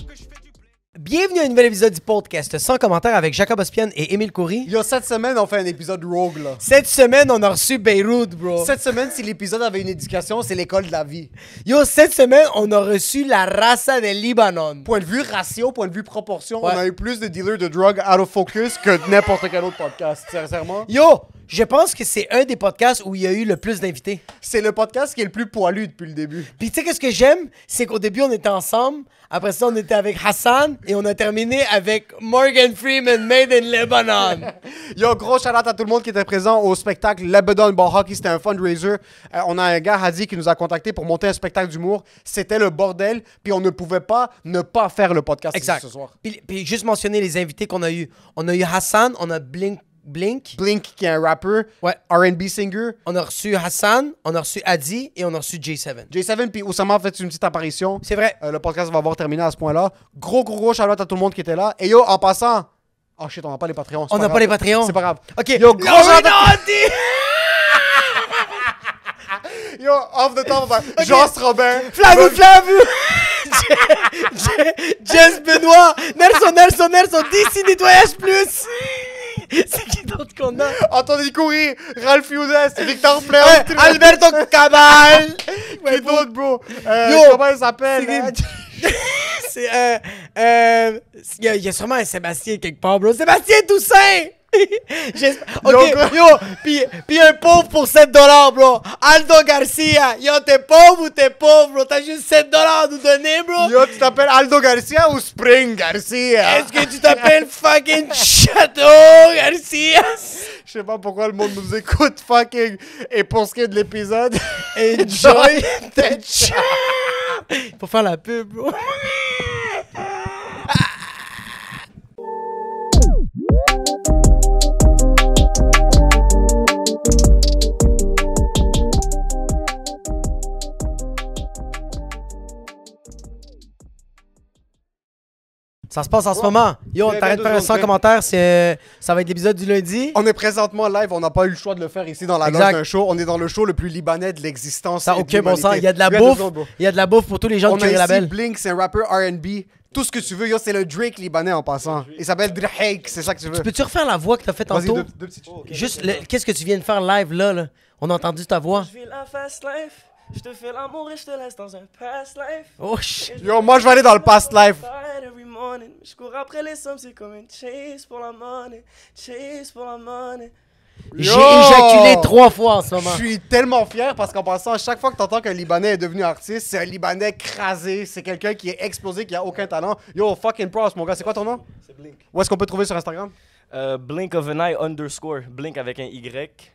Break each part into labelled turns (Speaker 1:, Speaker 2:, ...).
Speaker 1: que je fais du blé.
Speaker 2: Bienvenue à un nouvel épisode du podcast sans commentaire avec Jacob Ospian et Émile Coury.
Speaker 3: Il y a cette semaine, on fait un épisode rogue, là.
Speaker 2: Cette semaine, on a reçu Beyrouth, bro.
Speaker 3: Cette semaine, si l'épisode avait une éducation, c'est l'école de la vie.
Speaker 2: Yo, cette semaine, on a reçu la raça de Libanon.
Speaker 3: Point de vue ratio, point de vue proportion,
Speaker 2: Ouais.
Speaker 3: on a eu plus de dealers de drogue out of focus que n'importe quel autre podcast, sincèrement.
Speaker 2: Yo, je pense que c'est un des podcasts où il y a eu le plus d'invités.
Speaker 3: C'est le podcast qui est le plus poilu depuis le début.
Speaker 2: Puis tu sais qu'est-ce que j'aime, c'est qu'au début on était ensemble, après ça on était avec Hassan et on a terminé avec Morgan Freeman Made in Lebanon.
Speaker 3: Yo, gros shout à tout le monde qui était présent au spectacle Lebanon Bar Hockey. C'était un fundraiser. Euh, on a un gars, Hadi, qui nous a contacté pour monter un spectacle d'humour. C'était le bordel, puis on ne pouvait pas ne pas faire le podcast ici
Speaker 2: exact.
Speaker 3: ce soir.
Speaker 2: Puis, puis juste mentionner les invités qu'on a eu. On a eu Hassan, on a Blink Blink,
Speaker 3: Blink, qui est un rappeur,
Speaker 2: Ouais.
Speaker 3: RB singer,
Speaker 2: on a reçu Hassan, on a reçu Adi et on a reçu J7.
Speaker 3: J7 puis Oussama a fait une petite apparition.
Speaker 2: C'est vrai.
Speaker 3: Euh, le podcast va avoir terminé à ce point-là. Gros, gros, gros shout-out à tout le monde qui était là. Et yo, en passant... Oh shit, on n'a pas les Patreons. c'est
Speaker 2: On n'a
Speaker 3: grave.
Speaker 2: pas les Patreons.
Speaker 3: C'est pas grave.
Speaker 2: OK.
Speaker 3: Yo, gros
Speaker 2: Laurie
Speaker 3: shout-out à-
Speaker 2: Naughty!
Speaker 3: Yo, off the top, Jean Robin.
Speaker 2: Flavou, Flavou! Jess Benoît! Nelson, Nelson, Nelson! DC Nettoyage Plus! C'est qui d'autre qu'on a?
Speaker 3: Anthony Coury, Ralph Younes, Victor Fleur.
Speaker 2: Hey, Alberto Cabal!
Speaker 3: Qui d'autre, bro? Euh,
Speaker 2: Yo,
Speaker 3: comment il s'appelle?
Speaker 2: c'est
Speaker 3: hein?
Speaker 2: qui? C'est. Euh. Euh. Il y, a- il y a sûrement un Sébastien quelque part, bro. Sébastien Toussaint! J'esp- ok,
Speaker 3: Yo,
Speaker 2: yo,
Speaker 3: quoi?
Speaker 2: pis, pis un pauvre pour 7 dollars, bro. Aldo Garcia, yo, t'es pauvre ou t'es pauvre, bro? T'as juste 7 dollars à nous donner, bro?
Speaker 3: Yo, tu t'appelles Aldo Garcia ou Spring Garcia?
Speaker 2: Est-ce que tu t'appelles fucking Château Garcia?
Speaker 3: Je sais pas pourquoi le monde nous écoute, fucking. Et pour ce qui est de l'épisode...
Speaker 2: Enjoy the chat! Pour faire la pub, bro. Ça se passe en ce moment. Yo, on
Speaker 3: Bien,
Speaker 2: t'arrête de
Speaker 3: bien,
Speaker 2: faire un
Speaker 3: deux secondes,
Speaker 2: 100
Speaker 3: bien.
Speaker 2: commentaires. c'est- euh, Ça va être l'épisode du lundi.
Speaker 3: On est présentement live, on n'a pas eu le choix de le faire ici dans la
Speaker 2: Exact.
Speaker 3: loge d'un show. On est dans le show le plus libanais de l'existence.
Speaker 2: Ça n'a
Speaker 3: et de
Speaker 2: aucun bon sens.
Speaker 3: l'humanité.
Speaker 2: Il y a de la
Speaker 3: Regarde deux
Speaker 2: bouffe.
Speaker 3: secondes, bro.
Speaker 2: Il y a de la bouffe pour tous les gens
Speaker 3: On
Speaker 2: de
Speaker 3: a
Speaker 2: Curie
Speaker 3: ici
Speaker 2: Label.
Speaker 3: Blink, c'est un rappeur R&B. Tout ce que tu veux, yo, c'est le Drake libanais en passant. Il s'appelle Drake, c'est ça que tu veux.
Speaker 2: Peux-tu refaire la voix que t'as faite
Speaker 3: Vas-y,
Speaker 2: tantôt? Oh,
Speaker 3: deux, deux petites choses.
Speaker 2: Juste, le- qu'est-ce que tu viens de faire live là, là? On a entendu ta voix.
Speaker 4: Je vis la fast life. Je te fais l'amour et je te laisse dans un past life.
Speaker 2: Oh, ch-
Speaker 3: Yo, moi, je vais aller dans le past life.
Speaker 4: Fight every morning. Je cours après les sommes, c'est comme une chase pour la money. Chase pour la money.
Speaker 2: J'ai
Speaker 3: Yo!
Speaker 2: éjaculé trois fois en ce
Speaker 3: Je
Speaker 2: moment.
Speaker 3: suis tellement fier parce qu'en passant, à chaque fois que t'entends qu'un Libanais est devenu artiste, c'est un Libanais crasé. C'est quelqu'un qui est explosé, qui a aucun talent. Yo, fucking pros, mon gars. C'est quoi ton nom?
Speaker 4: C'est Blink.
Speaker 3: Où est-ce qu'on peut te trouver sur Instagram?
Speaker 4: Euh, blink of an eye underscore. Blink avec un Y.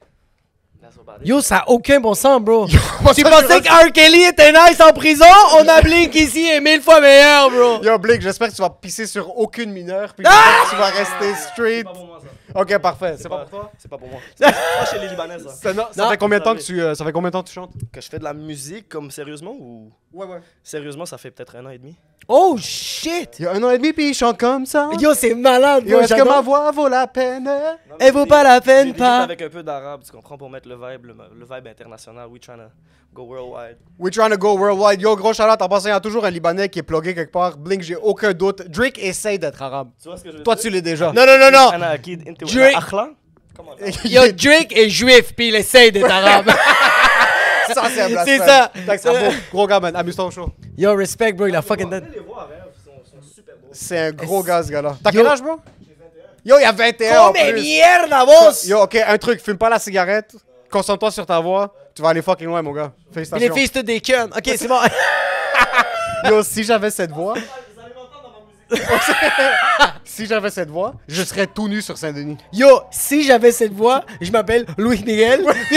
Speaker 4: That's about it.
Speaker 2: Yo, ça a aucun bon sens, bro. tu
Speaker 3: ça, je
Speaker 2: pensais que R. Kelly était nice en prison? On a Blink ici est mille fois meilleur, bro.
Speaker 3: Yo, Blake, j'espère que tu vas pisser sur aucune mineure, puis tu vas rester straight.
Speaker 4: pour moi ça.
Speaker 3: Ok, parfait. C'est pas pour toi.
Speaker 4: toi? C'est pas pour moi. C'est pas moi chez les Libanais ça.
Speaker 3: Ça, non, ça
Speaker 2: Non.
Speaker 3: fait combien de temps que tu, euh, ça fait combien de temps que tu chantes
Speaker 4: Que je fais de la musique comme sérieusement ou.
Speaker 3: Ouais, ouais.
Speaker 4: Sérieusement, ça fait peut-être un an et demi.
Speaker 2: Oh, shit.
Speaker 3: Il y a un an et demi, puis il chante comme ça. Yo,
Speaker 2: Yo, c'est malade, bro.
Speaker 3: est-ce que ma
Speaker 2: j'adore.
Speaker 3: voix vaut la peine
Speaker 4: Non, mais
Speaker 2: Elle vaut
Speaker 4: j'ai-
Speaker 2: pas la
Speaker 4: j'ai
Speaker 2: peine,
Speaker 4: des
Speaker 2: pas.
Speaker 4: hits avec un peu d'arabe, tu comprends, pour mettre le vibe, le, le vibe international. We trying to go worldwide.
Speaker 3: We trying to go worldwide. Yo, gros shout-out. En passant, il y a toujours un Libanais qui est plugué quelque part. Blink, j'ai aucun doute. Drake essaye d'être arabe.
Speaker 4: Tu vois ce que je veux
Speaker 3: Toi,
Speaker 4: dire?
Speaker 3: tu l'es déjà.
Speaker 2: Non, non, non, non.
Speaker 4: انا اكيد انت
Speaker 2: Drake.
Speaker 4: وانا اخلى كمان
Speaker 2: Yo, Drake est juif, puis il essaye d'être arabe.
Speaker 3: ça, c'est un blasphème.
Speaker 2: C'est ça.
Speaker 3: Fait que c'est un beau- Gros gars, man. Amuse-toi au show.
Speaker 2: Yo, respect, bro. Il a fucking dead.
Speaker 3: C'est un gros gars, ce gars-là. T'as
Speaker 2: Yo. Oh,
Speaker 3: quel âge, bro Yo, il y a 21 en
Speaker 2: mais
Speaker 3: plus.
Speaker 2: merde, vos?
Speaker 3: Yo, ok, un truc, fume pas la cigarette, concentre-toi sur ta voix, tu vas aller fucking loin, mon gars.
Speaker 2: Puis les
Speaker 3: Félicitations.
Speaker 2: filles, c'est toutes des cunnes. Ok, c'est bon.
Speaker 3: Yo, si j'avais cette voix. si j'avais cette voix, je serais tout nu sur Saint-Denis.
Speaker 2: Yo, si j'avais cette voix, je m'appelle Louis Miguel.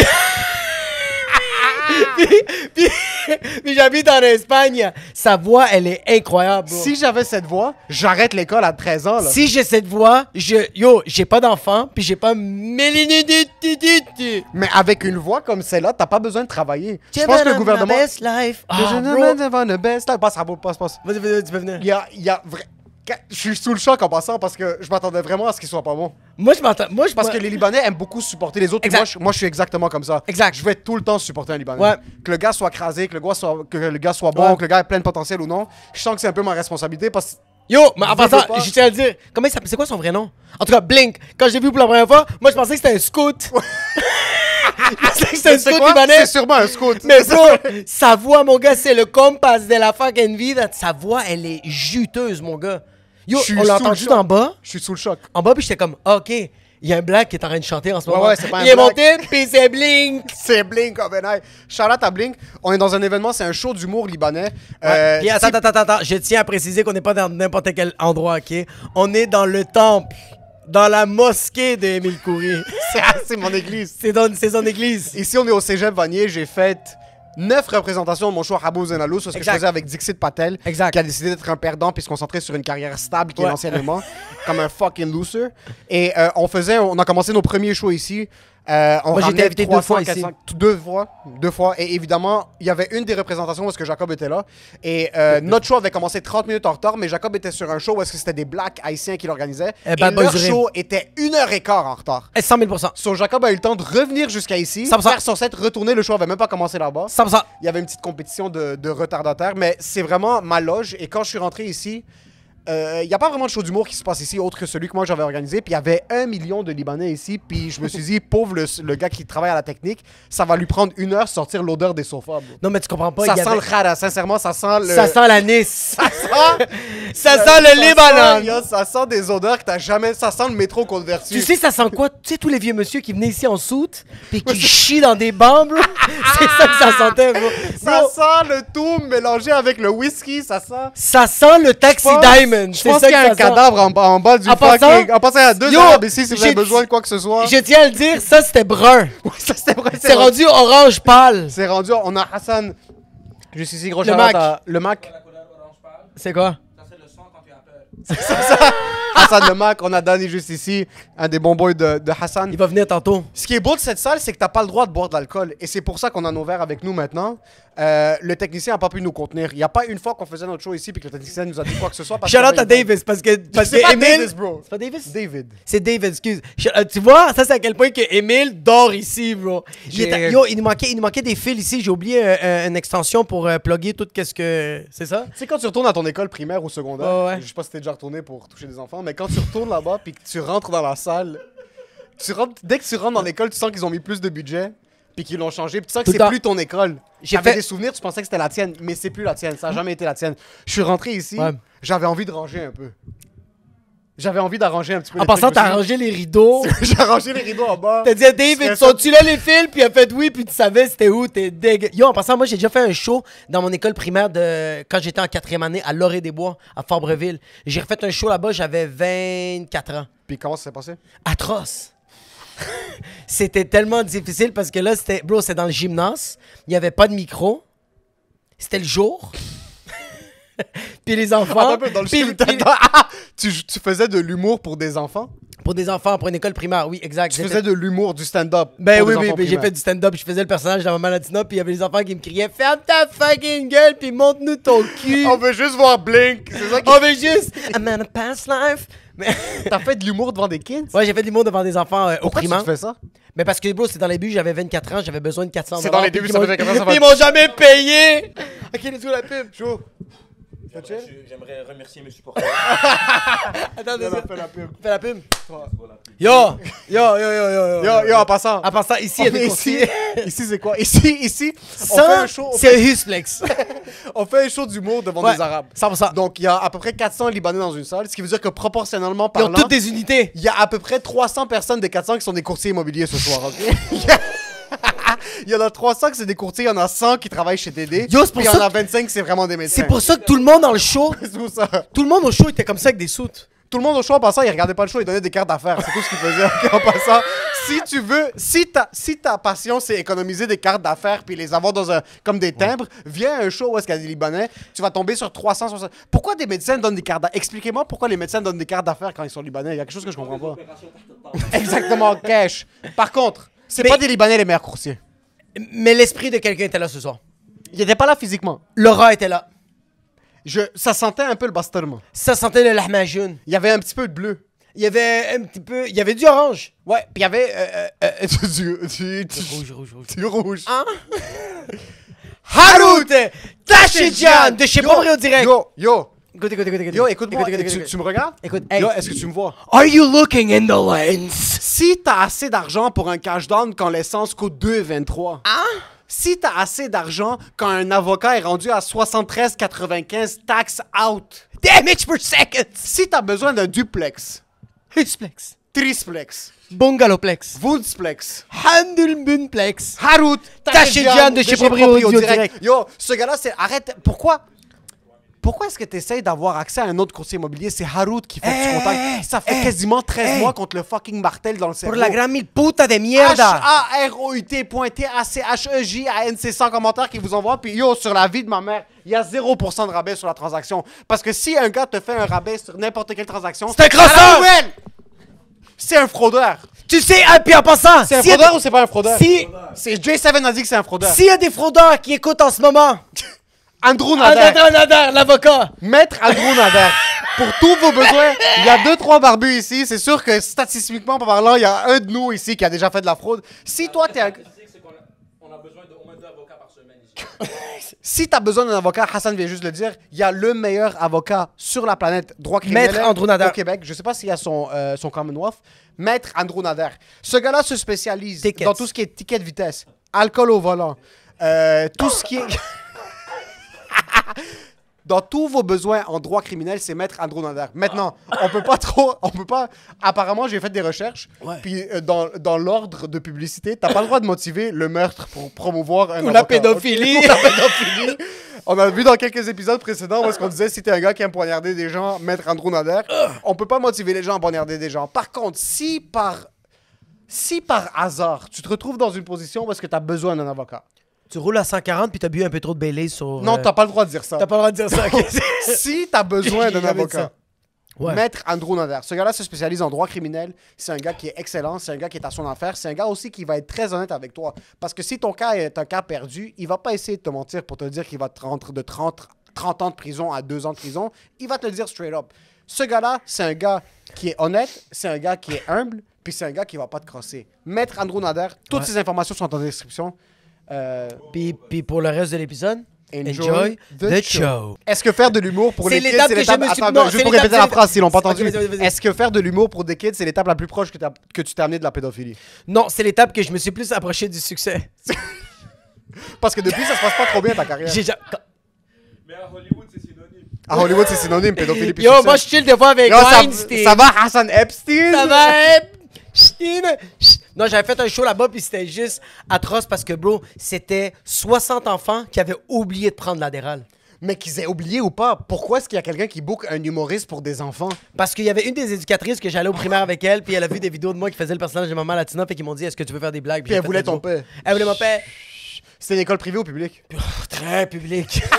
Speaker 2: puis, puis- puis j'habite en Espagne. Sa voix, elle est incroyable. bro.
Speaker 3: Si j'avais cette voix, j'arrête l'école à 13 ans. Là.
Speaker 2: Si j'ai cette voix, je yo, j'ai pas d'enfant, puis j'ai pas méliniditititi.
Speaker 3: Mais avec une voix comme celle-là, t'as pas besoin de travailler. Je pense
Speaker 2: Living
Speaker 3: que le
Speaker 2: my
Speaker 3: gouvernement.
Speaker 2: best life. Ah,
Speaker 3: Le gentleman
Speaker 2: bro.
Speaker 3: never the best. Là, Passe, Rabo, passe, passe.
Speaker 2: Vas-y, vas-y, tu peux venir.
Speaker 3: Il y a, il y a vra- Quand- Je suis sous le choc en passant parce que je m'attendais vraiment à ce qu'il soit pas bon.
Speaker 2: Moi je m'entends, moi je
Speaker 3: Parce
Speaker 2: moi-
Speaker 3: que les Libanais aiment beaucoup supporter les autres. et
Speaker 2: Exact.
Speaker 3: Moi je, moi, je suis exactement comme ça.
Speaker 2: Exact.
Speaker 3: Je vais tout le temps supporter un Libanais.
Speaker 2: Ouais.
Speaker 3: Que le gars soit crasé, que le gars soit, que le gars soit bon,
Speaker 2: Ouais.
Speaker 3: que le gars ait plein de potentiel ou non. Je sens que c'est un peu ma responsabilité parce que
Speaker 2: Yo, mais en
Speaker 3: Veux,
Speaker 2: passant,
Speaker 3: veux pas.
Speaker 2: je tiens à le dire, comment il s'appelle, c'est quoi son vrai nom? En tout cas, Blink, quand j'ai vu pour la première fois, moi je pensais que c'était un scout. je pensais que c'était un
Speaker 3: C'est
Speaker 2: scout
Speaker 3: quoi?
Speaker 2: libanais.
Speaker 3: C'est sûrement un scout.
Speaker 2: Mais bro, sa voix, mon gars, c'est le compass de la fucking vie. Sa voix, elle est juteuse, mon gars. Yo,
Speaker 3: Je suis
Speaker 2: on l'a
Speaker 3: sous le
Speaker 2: entendu
Speaker 3: choc.
Speaker 2: d'en bas.
Speaker 3: Je suis sous le choc.
Speaker 2: En bas, puis j'étais comme, Ah, OK, il y a un black qui est en train de chanter en ce
Speaker 3: Ouais,
Speaker 2: moment.
Speaker 3: ouais, c'est pas un
Speaker 2: il est
Speaker 3: black.
Speaker 2: monté, puis c'est Blink.
Speaker 3: C'est Blink, Covenant. Shout-out à Blink. On est dans un événement, c'est un show d'humour libanais. Euh,
Speaker 2: puis attends, attends, attends, attends, je tiens à préciser qu'on n'est pas dans n'importe quel endroit, OK? On est dans le temple, dans la mosquée de Émile Coury.
Speaker 3: c'est- Ah, c'est mon église.
Speaker 2: c'est dans c'est son église.
Speaker 3: Ici, on est au Cégep Vanier. J'ai fait neuf représentations de mon show Rabo Zenalou sur ce que je
Speaker 2: Exact.
Speaker 3: faisais avec Dixit Patel,
Speaker 2: Exact.
Speaker 3: qui a décidé d'être un perdant puis se concentrer sur une carrière stable qui est
Speaker 2: Ouais.
Speaker 3: l'anciennement, comme un fucking loser. Et euh, on faisait, on a commencé nos premiers shows ici. Euh, on
Speaker 2: Moi, j'ai été
Speaker 3: ramenait
Speaker 2: invité
Speaker 3: 300,
Speaker 2: deux fois ici.
Speaker 3: 400, Deux fois, deux fois. Et évidemment, il y avait une des représentations parce que Jacob était là. Et euh, notre show avait commencé 30 minutes en retard, mais Jacob était sur un show où est-ce que c'était des blacks haïtiens qui l'organisaient.
Speaker 2: Eh,
Speaker 3: Et,
Speaker 2: Bad Boys
Speaker 3: leur
Speaker 2: Rim.
Speaker 3: show était une heure et quart en retard.
Speaker 2: Eh, 100 000 100
Speaker 3: So, Jacob a eu le temps de revenir jusqu'à ici,
Speaker 2: 100%.
Speaker 3: faire son set, retourner. Le show avait même pas commencé là-bas.
Speaker 2: 000
Speaker 3: Il y avait une petite compétition de, de retardataires, mais c'est vraiment ma loge. Et quand je suis rentré ici, euh, il n'y a pas vraiment de show d'humour qui se passe ici, autre que celui que moi j'avais organisé. Puis il y avait un million de Libanais ici. Puis je me suis dit, pauvre le, le gars qui travaille à la technique, ça va lui prendre une heure sortir l'odeur des sofas. bro.
Speaker 2: Non, mais tu comprends pas.
Speaker 3: ça
Speaker 2: il y
Speaker 3: sent
Speaker 2: avait-
Speaker 3: le khara, sincèrement, ça sent le.
Speaker 2: ça sent la Nice.
Speaker 3: Ça sent,
Speaker 2: Ça sent le Libanon.
Speaker 3: yo, ça sent des odeurs que t'as jamais. Ça sent le métro converti.
Speaker 2: Tu sais, ça sent quoi? Tu sais, tous les vieux monsieur qui venaient ici en soute, puis qui chient dans des bancs, bro. C'est ça que ça sentait, bro.
Speaker 3: ça
Speaker 2: Bro,
Speaker 3: sent le tout mélangé avec le whisky, ça sent.
Speaker 2: ça sent le Taxi Diamond.
Speaker 3: Je
Speaker 2: C'est
Speaker 3: pense
Speaker 2: ça
Speaker 3: qu'il y a
Speaker 2: que ça
Speaker 3: un
Speaker 2: sent.
Speaker 3: cadavre en, bas- en bas du
Speaker 2: En
Speaker 3: fucking.
Speaker 2: passant-
Speaker 3: en passant, il y a deux
Speaker 2: Yo,
Speaker 3: arabes ici si vous avez
Speaker 2: j'ai-
Speaker 3: besoin de quoi que ce soit.
Speaker 2: Je tiens à le dire, ça c'était brun.
Speaker 3: Ouais, ça, c'est vrai,
Speaker 2: C'est
Speaker 3: rendu.
Speaker 2: rendu orange pâle.
Speaker 3: C'est rendu. On a Hassan. Juste ici, gros
Speaker 2: Le
Speaker 3: shout-out
Speaker 2: Mac.
Speaker 3: à- Le Mac.
Speaker 2: C'est quoi?
Speaker 3: Hassan le Mac. On a Danny juste ici. Un des bons boys de, de Hassan.
Speaker 2: Il va venir tantôt.
Speaker 3: Ce qui est beau de cette salle, c'est que t'as pas le droit de boire de l'alcool. Et c'est pour ça qu'on a nos verres avec nous maintenant. Euh, le technicien a pas pu nous contenir. Il y a pas une fois qu'on faisait notre show ici puis que le technicien nous a dit quoi que ce soit. parce
Speaker 2: Shout
Speaker 3: qu'il
Speaker 2: out
Speaker 3: avait
Speaker 2: à
Speaker 3: une bonne-
Speaker 2: Davis parce que. Parce
Speaker 3: C'est
Speaker 2: que
Speaker 3: pas
Speaker 2: Emile-
Speaker 3: Davis, bro.
Speaker 2: C'est pas Davis?
Speaker 3: David.
Speaker 2: C'est David, excuse. Je- euh, tu vois, ça c'est à quel point que Emile dort ici, bro. Il
Speaker 3: J'ai-
Speaker 2: était- yo, il nous manquait, il nous manquait des fils ici. J'ai oublié euh, euh, une extension pour euh, plugger tout qu'est-ce que c'est ça.
Speaker 3: Tu sais, quand tu retournes à ton école primaire ou secondaire,
Speaker 2: Ouais, ouais.
Speaker 3: je sais pas si t'es déjà retourné pour toucher des enfants, mais quand tu retournes là-bas puis que tu rentres dans la salle, tu rentres, dès que tu rentres dans l'école, tu sens qu'ils ont mis plus de budget puis qu'ils l'ont changé, puis tu sens que
Speaker 2: Tout le
Speaker 3: c'est
Speaker 2: temps.
Speaker 3: plus ton école.
Speaker 2: J'ai
Speaker 3: J'avais
Speaker 2: fait- Hmm.
Speaker 3: des souvenirs, tu pensais que c'était la tienne, mais c'est plus la tienne, ça a jamais été la tienne. Je suis rentré ici,
Speaker 2: Ouais.
Speaker 3: j'avais envie de ranger un peu. J'avais envie d'arranger un petit peu
Speaker 2: En
Speaker 3: les
Speaker 2: passant,
Speaker 3: trucs,
Speaker 2: t'as
Speaker 3: je me suis
Speaker 2: arrangé les rideaux.
Speaker 3: dit- J'ai arrangé les rideaux en bas.
Speaker 2: T'as dit à David,
Speaker 3: C'est ça.
Speaker 2: sont-tu là les fils? Puis il a fait oui, puis tu savais c'était où, t'es dégueu. Yo, en passant, moi j'ai déjà fait un show dans mon école primaire de quand j'étais en quatrième année à Lorée des Bois, à Fabreville. J'ai refait un show là-bas, j'avais 24 ans.
Speaker 3: Puis comment ça s'est passé
Speaker 2: atroce. c'était tellement difficile parce que là, c'était, bro, c'était dans le gymnase. Il n'y avait pas de micro. C'était le jour. puis les enfants.
Speaker 3: Attends un peu, dans le
Speaker 2: puis-
Speaker 3: film,
Speaker 2: puis-
Speaker 3: t'attends- Ah! tu, tu faisais de l'humour pour des enfants
Speaker 2: pour des enfants, pour une école primaire, oui, exact.
Speaker 3: Tu
Speaker 2: J'étais-
Speaker 3: faisais de l'humour, du stand-up.
Speaker 2: Ben
Speaker 3: pour
Speaker 2: oui,
Speaker 3: des
Speaker 2: oui,
Speaker 3: enfants
Speaker 2: mais j'ai
Speaker 3: primaires.
Speaker 2: fait du stand-up, je faisais le personnage dans ma Latina, puis il y avait les enfants qui me criaient Ferme ta fucking gueule, puis monte-nous ton cul.
Speaker 3: On veut juste voir Blink. C'est ça qui.
Speaker 2: On veut juste. I'm in a past life. Mais...
Speaker 3: T'as fait de l'humour devant des kids?
Speaker 2: ouais, j'ai fait de l'humour devant des enfants euh, au
Speaker 3: Pourquoi tu
Speaker 2: primaire.
Speaker 3: te fais ça?
Speaker 2: Mais parce que, bro, c'est dans les buts, j'avais 24 ans, j'avais besoin de 400
Speaker 3: C'est dans les débuts, ça fait 24 ans, ça va-
Speaker 2: Ils m'ont jamais payé! Ok, let's go la pub! Chaud!
Speaker 5: J'aimerais- J'aimerais remercier mes supporters.
Speaker 2: Attends, deux secondes.
Speaker 3: fait la pub.
Speaker 2: Fais la pub! Yo! Yo, yo, yo, yo, yo!
Speaker 3: Yo, yo, en passant.
Speaker 2: En passant, ici,
Speaker 3: On
Speaker 2: il Ah, y a
Speaker 3: est
Speaker 2: des
Speaker 3: ici,
Speaker 2: courtiers.
Speaker 3: ici c'est quoi? Ici, ici, on fait
Speaker 2: Ça,
Speaker 3: un show, on
Speaker 2: c'est Husplex!
Speaker 3: fait- on fait un show d'humour devant
Speaker 2: Ouais,
Speaker 3: des Arabes.
Speaker 2: 100%.
Speaker 3: Donc, il y a à peu près 400 Libanais dans une salle, ce qui veut dire que proportionnellement
Speaker 2: Ils ont
Speaker 3: parlant,
Speaker 2: toutes des unités!
Speaker 3: il y a à peu près 300 personnes des 400 qui sont des courtiers immobiliers ce soir, ok? Il y en a 300 qui c'est des courtiers, il y en a 100 qui travaillent chez TD.
Speaker 2: Yo, c'est pour
Speaker 3: puis il y
Speaker 2: ça
Speaker 3: en a
Speaker 2: que-
Speaker 3: 25 c'est vraiment des médecins.
Speaker 2: C'est pour ça que tout le monde dans le show,
Speaker 3: C'est pour ça.
Speaker 2: tout le monde au show était comme ça avec des soutes.
Speaker 3: Tout le monde au show en passant, il regardait pas le show, il donnait des cartes d'affaires. C'est tout ce qu'il faisait ok, en passant. si tu veux, si ta, si ta passion c'est économiser des cartes d'affaires puis les avoir dans un, comme des timbres, viens à un show où est-ce qu'il y a des Libanais, tu vas tomber sur 360. Pourquoi des médecins donnent des cartes d'affaires Expliquez-moi pourquoi les médecins donnent des cartes d'affaires quand ils sont Libanais. Il y a quelque chose que je comprends pas. Exactement, cash. Par contre, c'est
Speaker 2: Mais-
Speaker 3: pas des Libanais les meilleurs coursiers.
Speaker 2: Mais l'esprit de quelqu'un était là ce soir.
Speaker 3: Ils étaient pas là physiquement.
Speaker 2: Laura était là.
Speaker 3: Je, ça sentait un peu le bastonnement.
Speaker 2: Ça sentait le lahmajoun.
Speaker 3: Il y avait un petit peu de bleu.
Speaker 2: Il y avait un petit peu. Il y avait du orange.
Speaker 3: Ouais, puis il y avait euh, euh, euh, du, du, du-
Speaker 2: Rouge, rouge, rouge.
Speaker 3: du rouge.
Speaker 2: Harout! Tashijan! De chez
Speaker 3: Yo,
Speaker 2: Pombré au direct!
Speaker 3: Yo, yo,
Speaker 2: Écoute, écoute, écoute, écoute.
Speaker 3: yo, écoute-moi.
Speaker 2: Écoute, écoute,
Speaker 3: tu,
Speaker 2: écoute.
Speaker 3: tu me regardes?
Speaker 2: Écoute, hey.
Speaker 3: Yo, est-ce que tu me vois?
Speaker 2: Are you looking in the lens?
Speaker 3: Si t'as assez d'argent pour un cash down quand l'essence coûte 2,23. Hein? Si t'as assez d'argent quand un avocat est rendu à 73,95 tax out.
Speaker 2: Damage per second!
Speaker 3: Si t'as besoin d'un duplex,
Speaker 2: Husplex.
Speaker 3: trisplex,
Speaker 2: Bungalowplex.
Speaker 3: woodsplex,
Speaker 2: Handelbunplex.
Speaker 3: Harout,
Speaker 2: Tachidjian de chez Proprio Audio Direct.
Speaker 3: Yo, ce gars-là, c'est. Arrête. Pourquoi? Pourquoi est-ce que tu essayes d'avoir accès à un autre courtier immobilier? C'est Harout qui fait que tu
Speaker 2: Hey,
Speaker 3: contactes. Ça fait
Speaker 2: hey,
Speaker 3: quasiment 13
Speaker 2: hey.
Speaker 3: mois contre le fucking martel dans le
Speaker 2: eh, Pour
Speaker 3: cerveau.
Speaker 2: la grand mille puta de
Speaker 3: Ah,
Speaker 2: mierda!
Speaker 3: E H-A-R-O-U-T.T-A-C-H-E-J-A-N-C sans commentaire qui vous envoie. Puis yo, sur la vie de ma mère, il y a 0% de rabais sur la transaction. Parce que si un gars te fait un rabais sur n'importe quelle transaction,
Speaker 2: C'est un crosseur!
Speaker 3: à la nouvelle, C'est un fraudeur.
Speaker 2: Tu sais, ah, puis en passant,
Speaker 3: C'est un
Speaker 2: s'il y a
Speaker 3: fraudeur
Speaker 2: des-
Speaker 3: ou c'est pas un fraudeur?
Speaker 2: Si-
Speaker 3: C'est J7 a dit que c'est un fraudeur.
Speaker 2: S'il y a des fraudeurs qui écoutent en ce moment,
Speaker 3: Andrew Nader.
Speaker 2: Nader, Nader, l'avocat,
Speaker 3: Maître Andrew Nader. Pour tous vos besoins, il y a deux, trois barbus ici. C'est sûr que statistiquement parlant, il y a un de nous ici qui a déjà fait de la fraude. Si toi, t'es un...
Speaker 5: On a besoin d'au moins deux avocats par semaine ici.
Speaker 3: Si t'as besoin d'un avocat, Hassan vient juste le dire, il y a le meilleur avocat sur la planète, droit criminel
Speaker 2: Maître Andrew Nader.
Speaker 3: au Québec. Je sais pas s'il y a son, euh, son Commonwealth. Maître Andrew Nader. Ce gars-là se spécialise
Speaker 2: Tickets.
Speaker 3: dans tout ce qui est ticket de vitesse, alcool au volant, euh, tout ce qui est... Dans tous vos besoins en droit criminel, c'est Maître Andrew Nader. Maintenant, on peut pas trop, on peut pas. Apparemment, j'ai fait des recherches.
Speaker 2: Ouais.
Speaker 3: Puis euh, dans, dans l'ordre de publicité, t'as pas le droit de motiver le meurtre pour promouvoir un
Speaker 2: ou la
Speaker 3: avocat,
Speaker 2: pédophilie.
Speaker 3: ok? Ou la pédophilie. On a vu dans quelques épisodes précédents où est-ce qu'on disait si t'es un gars qui aime poignarder des gens, mettre Andrew Nader,
Speaker 2: Ah.
Speaker 3: on peut pas motiver les gens à poignarder des gens. Par contre, si par si par hasard tu te retrouves dans une position où est-ce que t'as besoin d'un avocat,
Speaker 2: Tu roules à 140 puis t'as bu un peu trop de Bailey sur. euh,
Speaker 3: non, t'as pas le droit de dire ça.
Speaker 2: pas le droit de dire ça,
Speaker 3: Si t'as besoin
Speaker 2: J'ai
Speaker 3: d'un
Speaker 2: jamais dit
Speaker 3: avocat.
Speaker 2: ça. Ouais.
Speaker 3: Maître Andrew Nader. Ce gars-là se spécialise en droit criminel. C'est un gars qui est excellent. C'est un gars qui est à son affaire. C'est un gars aussi qui va être très honnête avec toi. Parce que si ton cas est un cas perdu, il va pas essayer de te mentir pour te dire qu'il va te rendre de 30, 30 ans de prison à 2 ans de prison. Il va te le dire straight up. Ce gars-là, c'est un gars qui est honnête. C'est un gars qui est humble. Puis c'est un gars qui va pas te crosser. Maître Andrew Nader, toutes ces informations sont en description. Euh,
Speaker 2: Puis, puis pour le reste de l'épisode, enjoy, the, show.
Speaker 3: Est-ce que faire de l'humour pour
Speaker 2: C'est
Speaker 3: les kids,
Speaker 2: l'étape
Speaker 3: c'est
Speaker 2: que
Speaker 3: l'étape...
Speaker 2: je me suis-
Speaker 3: Attends,
Speaker 2: non,
Speaker 3: juste
Speaker 2: c'est
Speaker 3: pour
Speaker 2: l'étape-
Speaker 3: répéter la phrase s'ils l'ont pas
Speaker 2: c'est-
Speaker 3: entendu.
Speaker 2: ok, vas-y, vas-y.
Speaker 3: Est-ce que faire de l'humour pour des kids, c'est l'étape la plus proche que, t'as- que tu t'es amené de la pédophilie?
Speaker 2: Non, c'est l'étape que je me suis plus approché du succès.
Speaker 3: Parce que depuis, ça se passe pas trop bien ta carrière.
Speaker 2: J'ai ja-
Speaker 5: Mais à Hollywood, c'est synonyme.
Speaker 3: À Hollywood, c'est synonyme, pédophilie puis
Speaker 2: Yo,
Speaker 3: succès.
Speaker 2: moi je chill des fois avec
Speaker 3: Yo, ça-
Speaker 2: Weinstein.
Speaker 3: ça, va, Hassan Epstein?
Speaker 2: Ça va, hein? Ch'tine, ch't- Non, j'avais fait un show là-bas, puis c'était juste atroce parce que, bro, c'était 60 enfants qui avaient oublié de prendre l'adéral.
Speaker 3: Mais qu'ils aient oublié ou pas, pourquoi est-ce qu'il y a quelqu'un qui book un humoriste pour des enfants?
Speaker 2: Parce qu'il y avait une des éducatrices que j'allais au primaire avec elle, puis elle a vu des vidéos de moi qui faisait le personnage de maman latina, fait qu'ils m'ont dit Est-ce que tu veux faire des blagues
Speaker 3: Puis
Speaker 2: j'ai
Speaker 3: elle
Speaker 2: fait
Speaker 3: voulait
Speaker 2: let's
Speaker 3: ton
Speaker 2: go.
Speaker 3: père.
Speaker 2: Elle voulait mon père.
Speaker 3: C'était une école privée ou publique?
Speaker 2: Très public.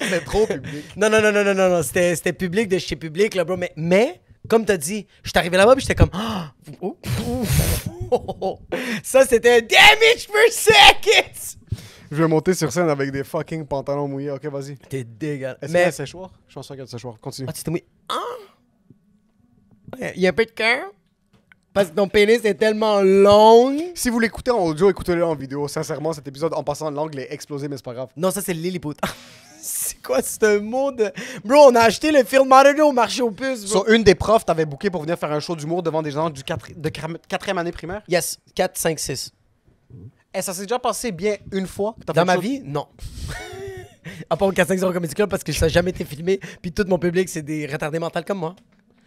Speaker 3: C'était trop public.
Speaker 2: non, non, non, non, non, non, non. C'était, c'était public de chez public, là, bro. Mais, mais comme t'as dit, je suis arrivé là-bas, puis j'étais comme. Ah! Oh! Oh! Ça, c'était un damage per second!
Speaker 3: Je vais monter sur scène avec des fucking pantalons mouillés. Ok, vas-y.
Speaker 2: T'es dégueulasse.
Speaker 3: Est-ce qu'il y a
Speaker 2: Mais.
Speaker 3: un séchoir? Je pense qu'il y a un séchoir. Continue.
Speaker 2: Ah, tu t'es mouillé. Ah! Il y a un peu de cœur. Parce que ton pénis est tellement long.
Speaker 3: Si vous l'écoutez en audio, écoutez-le en vidéo. Sincèrement, cet épisode, en passant, l'angle est explosé, mais c'est pas grave.
Speaker 2: Non, ça, c'est le Lilliput. c'est quoi ce mot de. Bro, on a acheté le film Mario au marché aux puces, bro.
Speaker 3: Sur une des profs, t'avais booké pour venir faire un show d'humour devant des gens du quatri- de quar- quatrième année primaire.
Speaker 2: Yes, 4, 5, 6.
Speaker 3: Et ça s'est déjà passé bien une fois. que t'as fait
Speaker 2: Dans ma
Speaker 3: le show-
Speaker 2: vie, non. à part au 450 Comedy Club parce que ça n'a jamais été filmé. Puis tout mon public, c'est des retardés mentales comme moi.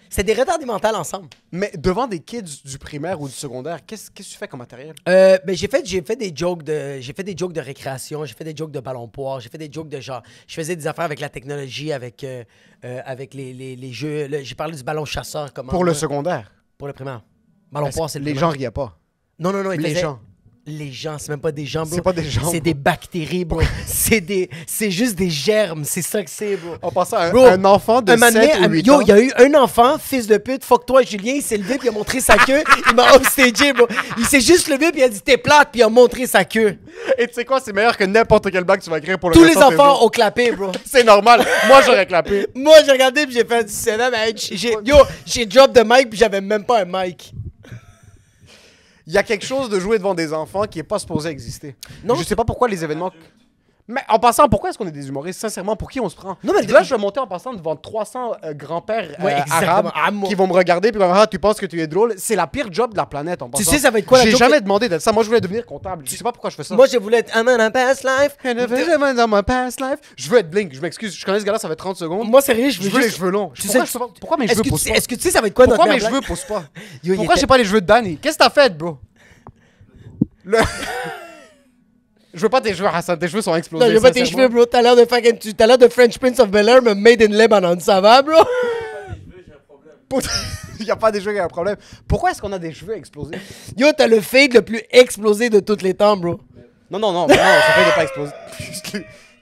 Speaker 2: C'est des retardés mentales ensemble.
Speaker 3: Mais devant des kids du primaire ou du secondaire, qu'est-ce qu'est-ce que tu fais comme matériel?
Speaker 2: Euh, ben, j'ai fait j'ai fait des jokes de j'ai fait des jokes de récréation, j'ai fait des jokes de ballon poire, j'ai fait des jokes de genre je faisais des affaires avec la technologie avec euh, euh, avec les, les, les jeux, le- j'ai parlé du ballon chasseur comment
Speaker 3: Pour le
Speaker 2: moi,
Speaker 3: secondaire.
Speaker 2: pour le primaire. Ballon
Speaker 3: Est-ce
Speaker 2: poire,
Speaker 3: que
Speaker 2: c'est le
Speaker 3: Les
Speaker 2: primaire.
Speaker 3: gens riaient pas.
Speaker 2: Non, non, non, ils
Speaker 3: les
Speaker 2: faisaient-
Speaker 3: gens.
Speaker 2: Les gens, c'est même pas des gens, bro.
Speaker 3: C'est pas des gens,
Speaker 2: C'est
Speaker 3: bro.
Speaker 2: des bactéries, bro. c'est des... C'est juste des germes. C'est ça que c'est, bro.
Speaker 3: En passant, un,
Speaker 2: Bro,
Speaker 3: un enfant de
Speaker 2: un moment
Speaker 3: 7
Speaker 2: donné,
Speaker 3: ou 8
Speaker 2: yo,
Speaker 3: ans.
Speaker 2: il y a eu un enfant, fils de pute, fuck toi, Julien, il s'est levé puis il a montré sa queue. il m'a upstagé, bro. Il s'est juste levé puis il a dit t'es plate puis il a montré sa queue.
Speaker 3: Et tu sais quoi, c'est meilleur que n'importe quel bac que tu vas écrire pour le
Speaker 2: Tous les
Speaker 3: restant de tes jours.
Speaker 2: enfants ont clapé, bro.
Speaker 3: C'est normal. Moi, j'aurais clapé.
Speaker 2: Moi, j'ai regardé puis j'ai fait du setup. hey, j'ai- j'ai- Yo, j'ai drop de mic puis j'avais même pas un mic.
Speaker 3: Il y a quelque chose de jouer devant des enfants qui est pas supposé exister.
Speaker 2: Non.
Speaker 3: Je sais pas pourquoi les événements. Mais en passant, pourquoi est-ce qu'on est des humoristes Sincèrement, pour qui on se prend
Speaker 2: Non, mais-
Speaker 3: Là, je vais monter en passant devant 300 euh, grands-pères euh,
Speaker 2: Ouais, exactement.
Speaker 3: arabes
Speaker 2: Ah, moi-
Speaker 3: qui vont me regarder puis vont me dire, ah, tu penses que tu es drôle. C'est la pire job de la planète en
Speaker 2: Tu
Speaker 3: passant.
Speaker 2: sais, ça va être quoi, la
Speaker 3: J'ai
Speaker 2: joke
Speaker 3: jamais demandé d'être ça. Moi, je voulais devenir comptable. Je sais pas pourquoi je fais ça.
Speaker 2: Moi, je voulais être I'm in a past life.
Speaker 3: dans my past life. Je veux être Blink. Je m'excuse. Je connais ce gars-là, ça fait 30 secondes.
Speaker 2: Moi, sérieux, je
Speaker 3: je
Speaker 2: veux
Speaker 3: veux les
Speaker 2: juste.
Speaker 3: cheveux longs.
Speaker 2: Tu
Speaker 3: Pourquoi,
Speaker 2: sais-
Speaker 3: je- pourquoi mes
Speaker 2: Est-ce
Speaker 3: cheveux
Speaker 2: que,
Speaker 3: poussent
Speaker 2: tu,
Speaker 3: pas
Speaker 2: est-ce que tu sais, ça va être quoi
Speaker 3: Pourquoi
Speaker 2: notre
Speaker 3: mes
Speaker 2: mère
Speaker 3: cheveux
Speaker 2: blague?
Speaker 3: poussent pas
Speaker 2: Yo, il
Speaker 3: Pourquoi
Speaker 2: était-
Speaker 3: j'ai pas les cheveux de Danny Qu'est-ce que t'as fait, bro Le- Je veux pas tes cheveux, Hassan. Tes cheveux sont explosés.
Speaker 2: Non, j'ai pas tes
Speaker 3: sincèrement.
Speaker 2: cheveux, bro. T'as l'air de fucking. tu- T'as l'air de French Prince of Bel Air, mais made in Lebanon. Ça va, bro?
Speaker 3: Pour- Il y a pas des cheveux qui a un problème. Pourquoi est-ce qu'on a des cheveux explosés
Speaker 2: Yo, t'as le fade le plus explosé de tous les temps, bro.
Speaker 3: Non, non, non, mais non, ça fait de pas exploser.